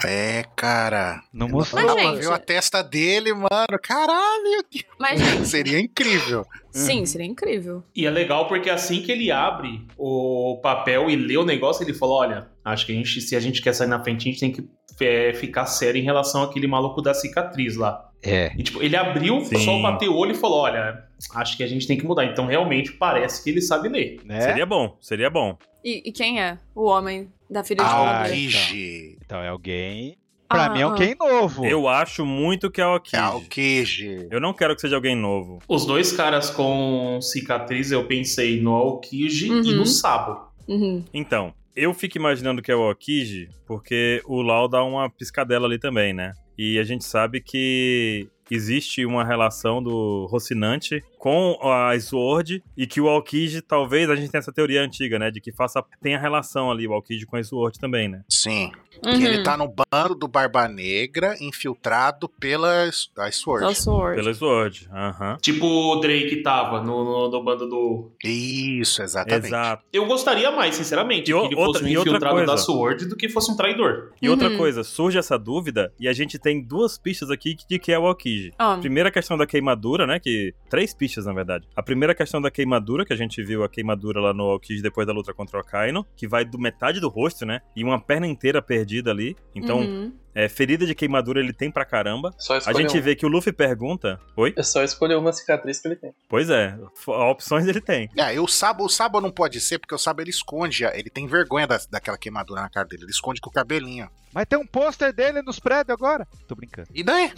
É, cara.
É,
Não
Não
mostrou.
dá
Mas,
pra
gente-
ver a testa dele, mano. Caralho,
Mas, gente,
seria incrível.
sim, seria incrível.
E é legal porque assim que ele abre o papel e lê o negócio, ele falou: olha, acho que a gente, se a gente quer sair na frente, a gente tem que é, ficar sério em relação àquele maluco da cicatriz lá.
É.
E tipo, ele abriu,
Sim.
só bateu o olho e falou: olha, acho que a gente tem que mudar. Então realmente parece que ele sabe ler.
Né?
Seria
É?
bom, seria bom.
E, e quem é o homem da filha de
Ah,
Madara?
então.
Aokiji.
Então é alguém. Pra
Ah,
mim é
ah.
alguém novo.
Eu acho muito que é o
É
Kid.
Aokiji.
Eu não quero que seja alguém novo.
Os dois caras com cicatriz, eu pensei no Aokiji e
Uhum.
no Sabo.
Uhum.
Então, eu fico imaginando que é o Okiji, porque o Lau dá uma piscadela ali também, né? E a gente sabe que existe uma relação do Rocinante com a Sword e que o Aokiji, talvez, a gente tenha essa teoria antiga, né? De que faça, tenha relação ali o Aokiji com a Sword também, né?
Sim.
Uhum.
Que ele tá no bando do Barba Negra, infiltrado pela S- a Sword.
É o Sword.
Pela Sword, aham.
Tipo o Drake tava no, no, no bando do.
Isso, exatamente.
Exato.
Eu gostaria mais, sinceramente,
E
que
o-
ele
outra-
fosse um
e outra
infiltrado
coisa.
da Sword do que fosse um traidor.
E outra
Uhum.
coisa, surge essa dúvida e a gente tem duas pistas aqui de que é o Aokiji.
Ó,
Primeira questão da queimadura, né? Que. Três pistas, na verdade. A primeira questão da queimadura, que a gente viu a queimadura lá no Aokiji depois da luta contra o Akaino, que vai do metade do rosto, né? E uma perna inteira perdida ali. Então,
uhum.
é, ferida de queimadura ele tem pra caramba.
Só
A
escolheu
um.
gente
uma.
vê que o Luffy pergunta. Oi?
É só escolher uma cicatriz que ele tem.
Pois é, f- opções ele tem.
É, e o Sabo, o Sabo não pode ser, porque o Sabo ele esconde, a- ele tem vergonha da- daquela queimadura na cara dele, ele esconde com o cabelinho.
Mas tem um pôster dele nos prédios agora. Tô brincando.
E daí?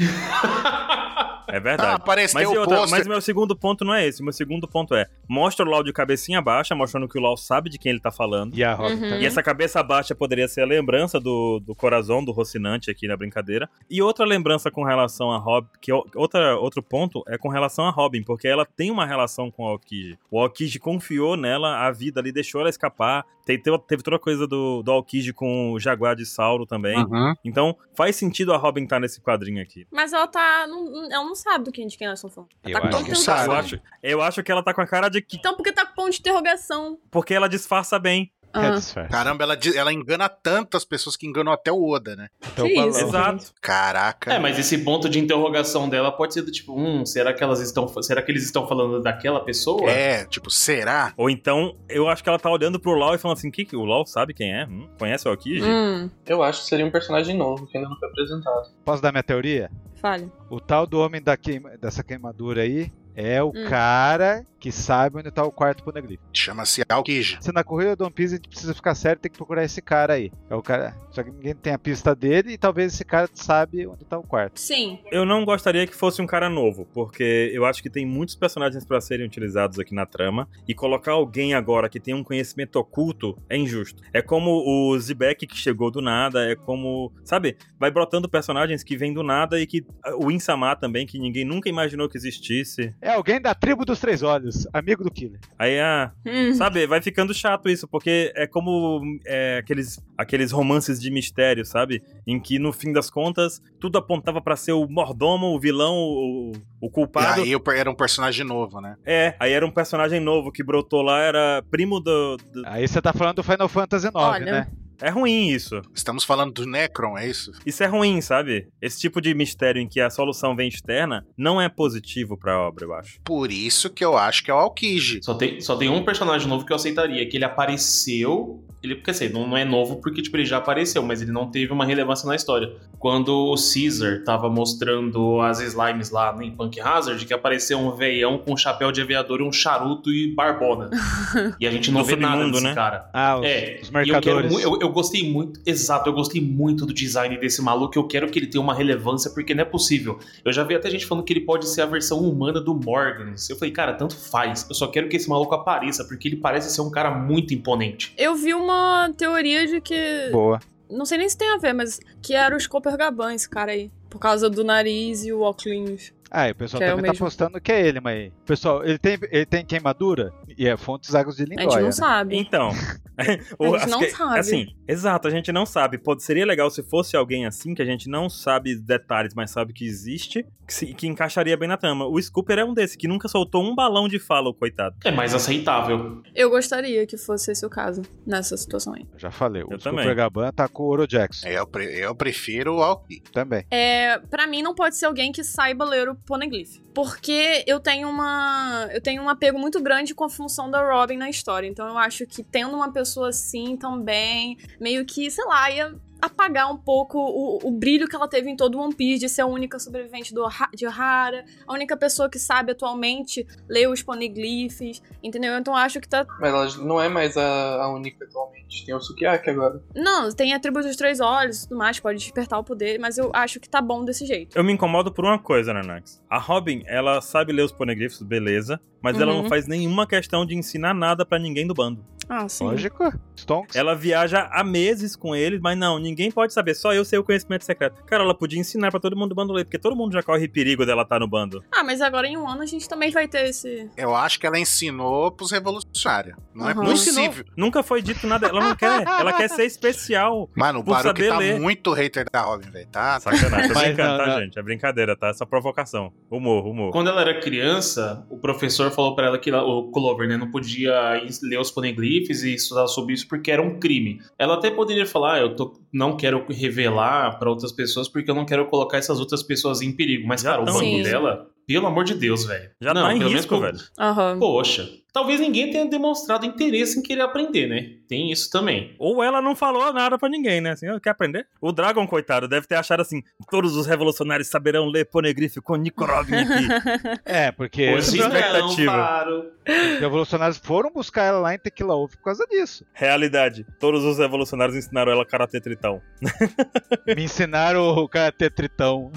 É
Ah,
verdade.
aparece
Mas,
tem
e
o
outra-
pôster.
mas meu segundo ponto não é esse. Meu segundo ponto é: mostra o Lau de cabecinha baixa, mostrando que o Lau sabe de quem ele tá falando.
E a Robin
Uhum.
também.
E essa cabeça baixa poderia ser a lembrança do, do coração do Rocinante aqui na brincadeira. E outra lembrança com relação a Robin, que o- outra, outro ponto é com relação a Robin, porque ela tem uma relação com o Aokiji. O Aokiji confiou nela a vida ali, deixou ela escapar. Te- Teve, teve toda a coisa do, do Aokiji com o Jaguar de Sauro também.
Uhum.
Então faz sentido a Robin estar nesse quadrinho aqui.
Mas ela tá. Não, não- ela não sabe do que, de quem elas estão falando.
Eu
Ela tá
acho
com
que
ponto de
Então, sabe.
Eu
interrogação.
acho, eu acho que ela tá com a cara de que.
Então, porque tá com ponto de interrogação?
Porque ela disfarça bem.
É
Ah.
disfarce.
Caramba, ela, di- ela engana tantas pessoas que enganou até o Oda, né?
Então,
que
falou.
isso,
Exato.
gente?
Caraca.
É, mas esse ponto de interrogação dela pode ser do tipo, hum, será que elas estão, será que eles estão falando daquela pessoa?
É, tipo, será?
Ou então, eu acho que ela tá olhando pro Lau e falando assim: que, que o Lau sabe quem é? Hum, conhece o Aokiji?
Hum,
Eu acho que seria um personagem novo que ainda não foi apresentado.
Posso dar minha teoria?
fale.
O tal do homem da queima- dessa queimadura aí é o
Hum.
cara que sabe onde tá o quarto pro Negri.
Chama-se Alquija.
Se na corrida do One Piece a gente precisa ficar sério, tem que procurar esse cara aí. É o cara. Só que ninguém tem a pista dele e talvez esse cara sabe onde tá o quarto.
Sim.
Eu não gostaria que fosse um cara novo, porque eu acho que tem muitos personagens pra serem utilizados aqui na trama, e colocar alguém agora que tem um conhecimento oculto é injusto. É como o Zibek que chegou do nada, é como, sabe, vai brotando personagens que vêm do nada e que ah, o Insama também, que ninguém nunca imaginou que existisse.
É alguém da tribo dos três olhos, amigo do Killer.
Aí ah,
Hum.
sabe, vai ficando chato isso, porque é como é, aqueles aqueles romances de mistério, sabe? Em que no fim das contas tudo apontava pra ser o mordomo, o vilão, o, o culpado.
E aí eu per- era um personagem novo, né?
É, aí era um personagem novo que brotou lá, era primo do. do-
Aí você tá falando do Final Fantasy IX,
Olha.
né?
É ruim isso.
Estamos falando do Necron, é isso?
Isso é ruim, sabe? Esse tipo de mistério em que a solução vem externa não é positivo pra obra, eu acho.
Por isso que eu acho que é o Alquija.
Só tem, só tem um personagem novo que eu aceitaria, que ele apareceu. Ele, quer dizer, não, não é novo porque tipo, ele já apareceu, mas ele não teve uma relevância na história. Quando o Caesar tava mostrando as slimes lá em Punk Hazard, que apareceu um veião com um chapéu de aviador, um charuto e barbona. e a gente não
Do
vê nada
submundo,
desse
né?
cara.
Ah, os,
É,
os
E Eu, quero
mercadores.
mu- eu, eu gostei muito, exato, eu gostei muito do design desse maluco. Eu quero que ele tenha uma relevância, porque não é possível. Eu já vi até gente falando que ele pode ser a versão humana do Morgan. Eu falei, cara, tanto faz. Eu só quero que esse maluco apareça, porque ele parece ser um cara muito imponente.
Eu vi uma teoria de que.
Boa.
Não sei nem se tem a ver, mas que era o Scooper Gaban, esse cara aí. Por causa do nariz e o óculos.
Ah, e o pessoal
Que é o
também tá
mesmo.
postando que é ele, mas. Pessoal, ele tem, ele tem queimadura? E é fontes águas de
A gente
lindóia.
não
né?
sabe.
Então. o-
A gente
as
não
que-
sabe.
Assim, exato, a gente não sabe. Pode, seria legal se fosse alguém assim, que a gente não sabe detalhes, mas sabe que existe, que, se- que encaixaria bem na trama. O Scooper é um desse, que nunca soltou um balão de fala, o coitado.
É mais aceitável.
Eu gostaria que fosse esse o caso, nessa situação aí.
Eu Já falei. O
Eu também.
Super Gaban tá com o Oro Jackson.
É.
É, Eu, pre- eu prefiro o Alquija.
Também.
É, para mim não pode ser alguém que saiba ler o poneglyph, porque eu tenho uma eu tenho um apego muito grande com a função da Robin na história. Então eu acho que tendo uma pessoa assim também, meio que, sei lá, ia apagar um pouco o, o brilho que ela teve em todo o One Piece de ser a única sobrevivente do, Oha- de Ohara, a única pessoa que sabe atualmente ler os poneglyphs, entendeu? Então eu acho que tá
Mas ela não é mais a, a única atualmente. Tem o Sukiyaki agora.
não, tem a tribo dos três olhos, e tudo mais, pode despertar o poder, mas eu acho que tá bom desse jeito.
Eu me incomodo por uma coisa, Nanax. A Robin, ela sabe ler os poneglyphs, beleza, mas ela
Uhum.
não faz nenhuma questão de ensinar nada pra ninguém do bando.
Ah, sim.
Lógico. Stonks.
Ela viaja há meses com eles, mas não, ninguém pode saber, só eu sei o conhecimento secreto. Cara, ela podia ensinar pra todo mundo do bando ler, porque todo mundo já corre perigo dela estar no bando.
Ah, mas agora em um ano a gente também vai ter esse.
Eu acho que ela ensinou pros revolucionários. Não é
Uhum.
possível.
Nunca foi dito nada, ela não quer, ela quer ser especial.
Mano, o
Por
Baruque
saber
tá
ler.
muito hater da Robin, velho. Tá, tá.
Sacanagem, tô
Mas
brincando,
não,
tá,
não.
gente? É brincadeira, tá? Essa provocação. Humor, humor.
Quando ela era criança, o professor falou pra ela que ela- o Clover, né, não podia is- ler os poneglyphs e estudar sobre isso porque era um crime. Ela até poderia falar, "Ah, eu tô, não quero revelar pra outras pessoas porque eu não quero colocar essas outras pessoas em perigo. Mas,
Já
cara, o
tão
bando
em risco.
dela, pelo amor de Deus, velho.
Já
não,
tá em
pelo menos
risco,
que eu-
velho.
Aham.
Poxa, talvez ninguém tenha demonstrado interesse em querer aprender, né? Tem isso também.
Ou ela não falou nada pra ninguém, né? Assim, "Ah, quer aprender? O Dragon, coitado, deve ter achado assim: todos os revolucionários saberão ler ponegrife com Nikorovin aqui.
É, porque
essa
Hoje
expectativa.
não, paro.
os revolucionários foram buscar ela lá em Tequila Ovo por causa disso.
Realidade: todos os revolucionários ensinaram ela karatê tritão.
Me ensinaram o Karatê Tritão.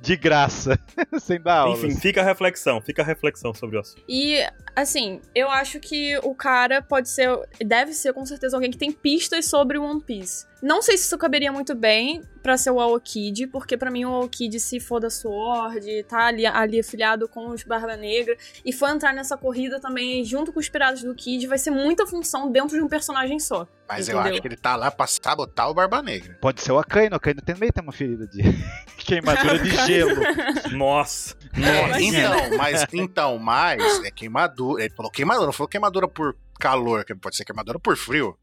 De graça. Sem dar
Ah,
aula. assim.
Enfim, fica a reflexão, fica a reflexão sobre o assunto.
E, assim, eu acho que o cara pode ser. Deve ser com certeza alguém que tem pistas sobre o One Piece. Não sei se isso caberia muito bem pra ser o Aokid, porque pra mim o Aokid se for da Sword, tá ali, ali afiliado com os Barba Negra, e for entrar nessa corrida também junto com os Piratas do Kid, vai ser muita função dentro de um personagem só.
Mas eu
Entendeu?
acho que ele tá lá pra sabotar o Barba Negra.
Pode ser o Akaino. O Akaino também tem uma ferida de queimadura de gelo.
Nossa,
É, então, mas, então, mas é queimadura. Ele falou queimadura, não falou queimadura por calor, que pode ser queimadura por frio.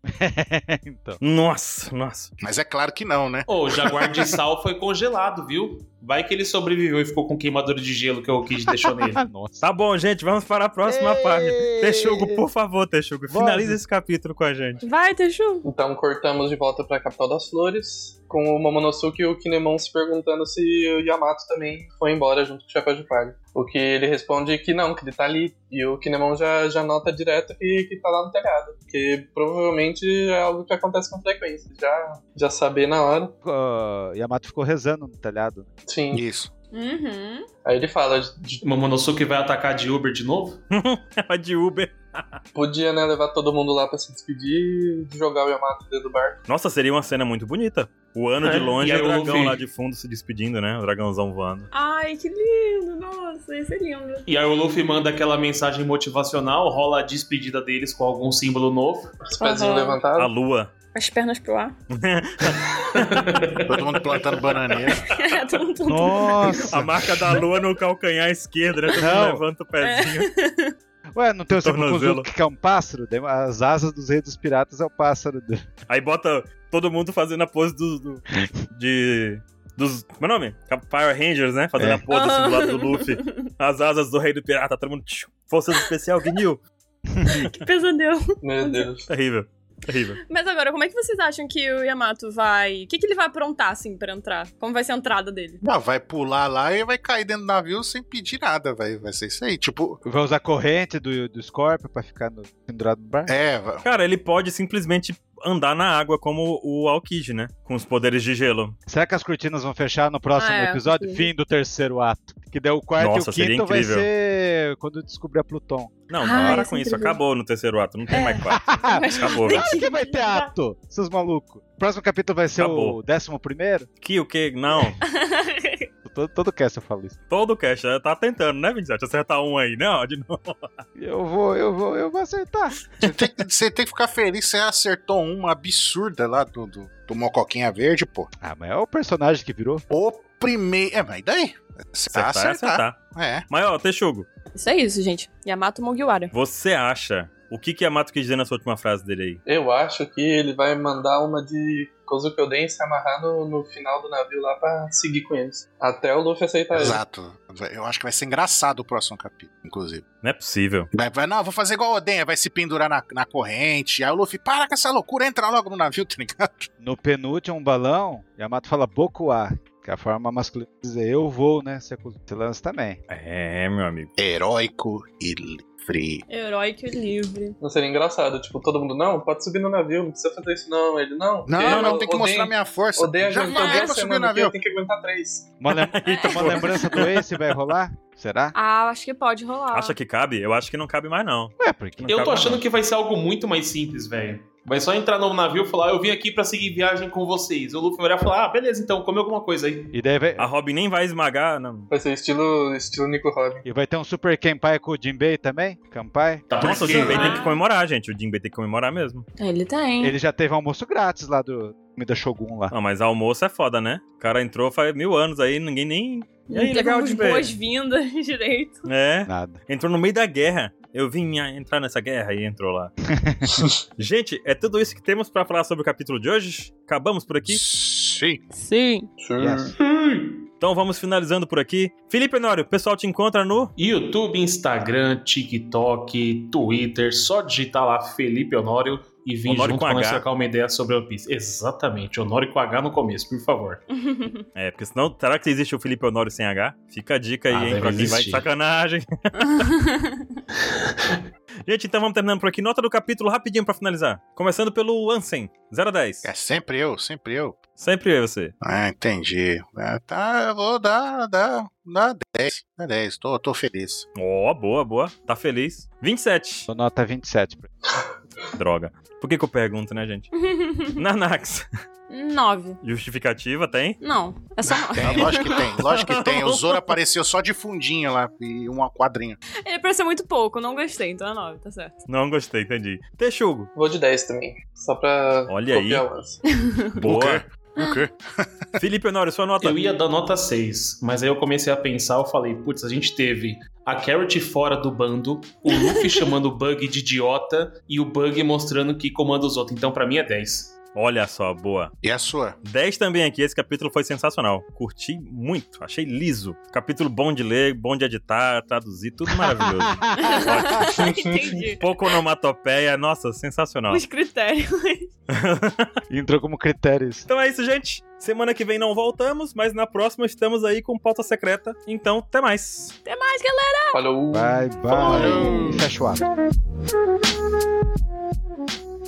então.
nossa, nossa.
Mas é claro que não, né?
Ô, o jaguar de sal foi congelado, viu? Vai que ele sobreviveu e ficou com queimadura de gelo que o Kid deixou nele.
Ah, nossa.
Tá bom, gente, vamos para a próxima página. Texugo, por favor, Texugo,
Vamos.
finaliza esse capítulo com a gente.
Vai, Teixu!
Então cortamos de volta pra capital das flores, com o Momonosuke e o Kinemon se perguntando se o Yamato também foi embora junto com o Chapéu de Palha. O que ele responde que não, que ele tá ali. E o Kinemon já, já nota direto que, que tá lá no telhado. Que provavelmente é algo que acontece com frequência. Já, já saber na hora.
Ficou- Yamato ficou rezando no telhado.
Sim.
Isso.
Uhum.
Aí ele fala: de-
Momonosuke vai atacar de Uber de novo?
Ela de Uber.
podia né, levar todo mundo lá pra se despedir e jogar o Yamato dentro do barco.
Nossa, seria uma cena muito bonita. O ano de
É,
longe e
e aí
o
eu
dragão
ouvi.
lá de fundo se despedindo, né? O dragãozão voando.
Ai, que lindo, nossa, isso é lindo.
E aí o Luffy manda aquela mensagem motivacional, rola a despedida deles com algum símbolo novo.
Os pezinhos
Aham.
A
levantados.
lua.
As pernas pro ar.
Todo mundo plantando bananeira.
Tum, tum, tum.
A
Nossa!
marca da lua no calcanhar esquerdo, né? Todo mundo
Não.
levanta o pezinho.
Ué, não tem o símbolo
Tornozelo.
conjunto que é um pássaro? Daí As asas dos reis dos piratas é o pássaro. do-
Aí bota todo mundo fazendo a pose do. do- de. Dos. Como é o nome? Power Rangers, né? Fazendo
É.
a pose assim do lado do Luffy. As asas do rei do pirata, todo mundo. tchiu, Forças especial, Gnil.
Que pesadelo.
Meu Deus.
Terrível. Terrível.
Mas agora, como é que vocês acham que o Yamato vai. O que, que ele vai aprontar, assim, pra entrar? Como vai ser a entrada dele?
Não, vai pular lá e vai cair dentro do navio sem pedir nada, vai, vai ser isso aí. Tipo,
Vai usar corrente do, do Scorpio pra ficar no- pendurado no barco?
é, va-
Cara, ele pode simplesmente andar na água como o Aokiji, né? Com os poderes de gelo.
Será que as cortinas vão fechar no próximo
Ah, é,
episódio?
sim.
Fim do terceiro ato. Que deu o quarto
Nossa,
e o
seria
quinto vai
incrível.
ser quando descobrir a Pluton.
Não,
Ah,
para
isso
com
é
isso.
incrível.
Acabou no terceiro ato. Não tem mais quatro. Acabou, velho.
Claro que vai ter ato, seus malucos. O próximo capítulo vai ser o
Acabou.
décimo primeiro?
Que o que? Não.
Todo, todo cast eu falo isso.
Todo o cast. eh, Tá tentando, né, 27? Acertar um aí, né? Ó, De novo.
Eu vou, eu vou, eu vou aceitar.
você tem, que- você tem que ficar feliz, você acertou uma absurda lá do, do, do Mocoquinha Verde, pô.
Ah, mas é o personagem que virou.
O primeiro. É, mas e daí? Você
Acertar, é
acertar.
acertar.
É.
Mas, ó, Texugo,
Isso é isso, gente. Yamato Mugiwara.
você acha. O que que Yamato quis dizer nessa última frase dele aí?
Eu acho que ele vai mandar uma de Kozukyoden se amarrar no, no final do navio lá pra seguir com eles. Até o Luffy aceitar ele.
Exato. Vai- Eu acho que vai ser engraçado o próximo capítulo, inclusive.
Não é possível.
Vai, vai, não, eu vou fazer igual o Odenha, vai se pendurar na, na corrente. Aí o Luffy, para com essa loucura, entra logo no navio, tá ligado?
No penúltimo balão, Yamato fala Bokuá, que é a forma masculina de dizer eu vou, né? Você você lança também.
É, meu amigo.
Heróico e livre.
Heróico e livre.
Não seria engraçado, tipo, todo mundo, não, pode subir no navio, não precisa fazer isso não. Ele, não.
Não,
porque
não,
eu
tem que
odeio-
mostrar minha força.
Odeio
Já
aguentar
mandei
duas
pra subir no
semanas aqui,
navio.
eu tenho que aguentar três.
Uma, lem-
Eita,
uma
pô.
lembrança do Ace vai rolar? Será?
Ah, acho que pode rolar.
Acha que cabe? Eu acho que não cabe mais, não.
Ué, É, porque.
Eu
Acabou,
tô achando
não.
que vai ser algo muito mais simples, velho. Vai só entrar no navio e falar, eu vim aqui pra seguir viagem com vocês. O Luffy vai olhar e falar, ah, beleza, então, come alguma coisa aí.
E daí vai.
A Robin nem vai esmagar. Não.
Vai ser estilo, estilo Nico Robin.
E vai ter um super Kenpai com o Jinbei também? Kenpai?
Tá,
Nossa, o
porque-
Jinbei tem
Ah.
que comemorar, gente. O Jinbei tem que comemorar mesmo.
Ele tem.
Ele já teve almoço grátis lá do Comida Shogun lá.
Ah, mas almoço é foda, né? O cara entrou faz mil anos aí, ninguém nem. E aí,
Teve
é legal,
umas
Jinbei?
boas-vindas direito.
É.
Nada.
Entrou no meio da guerra. Eu vim ah, entrar nessa guerra e entrou lá. Gente, é tudo isso que temos pra falar sobre o capítulo de hoje. Acabamos por aqui.
Sim.
Sim.
Yes.
Então vamos finalizando por aqui. Felipe Honório, o pessoal te encontra no.
YouTube, Instagram, TikTok, Twitter, só digitar lá Felipe Honório e vir
Honório
junto
com
pra nós
H.
trocar uma ideia sobre One Piece. Exatamente, Honório com H no começo, por favor.
É, porque senão, será que existe o Felipe Honório sem H? Fica a dica aí,
Ah,
hein,
deve
pra quem vai
existir.
de sacanagem. Gente, então vamos terminando por aqui. Nota do capítulo rapidinho pra finalizar. Começando pelo Ansem, 0 a 10.
É sempre eu, sempre eu.
Sempre eu e você.
Ah, entendi. Ah, tá, eu vou dar, dar, dar 10. Dá 10, tô, tô feliz.
Ó, boa, boa. Tá feliz. 27.
Sou nota 27. pra-
Droga. Por que que eu pergunto, né, gente? Nanax.
Nove.
Justificativa tem?
Não, é só nove.
Tem, Ah, lógico que tem, lógico que tem. O Zoro apareceu só de fundinho lá e uma quadrinha.
Ele pareceu muito pouco, não gostei, então é nove, tá certo.
Não gostei, entendi. Texugo.
Vou de 10 também, só pra
Olha aí.
copiar o lance.
Boa.
O quê?
Felipe Honório, sua nota.
Eu ia dar nota 6, mas aí eu comecei a pensar, eu falei, putz, a gente teve a Carrot fora do bando, o Luffy chamando o Bug de idiota e o Bug mostrando que comanda os outros. Então pra mim é 10.
Olha só, boa.
E a sua?
10 também aqui, esse capítulo foi sensacional. Curti muito, achei liso. Capítulo bom de ler, bom de editar, traduzir, tudo maravilhoso.
Entendi.
Pouco onomatopeia, nossa, sensacional.
Os critérios.
Entrou como critério isso.
Então é isso, gente. Semana que vem não voltamos, mas na próxima estamos aí com pauta secreta. Então, até mais.
Até mais, galera!
Falou!
Bye, bye.
Falou.
Fecha o ato.
Thank you.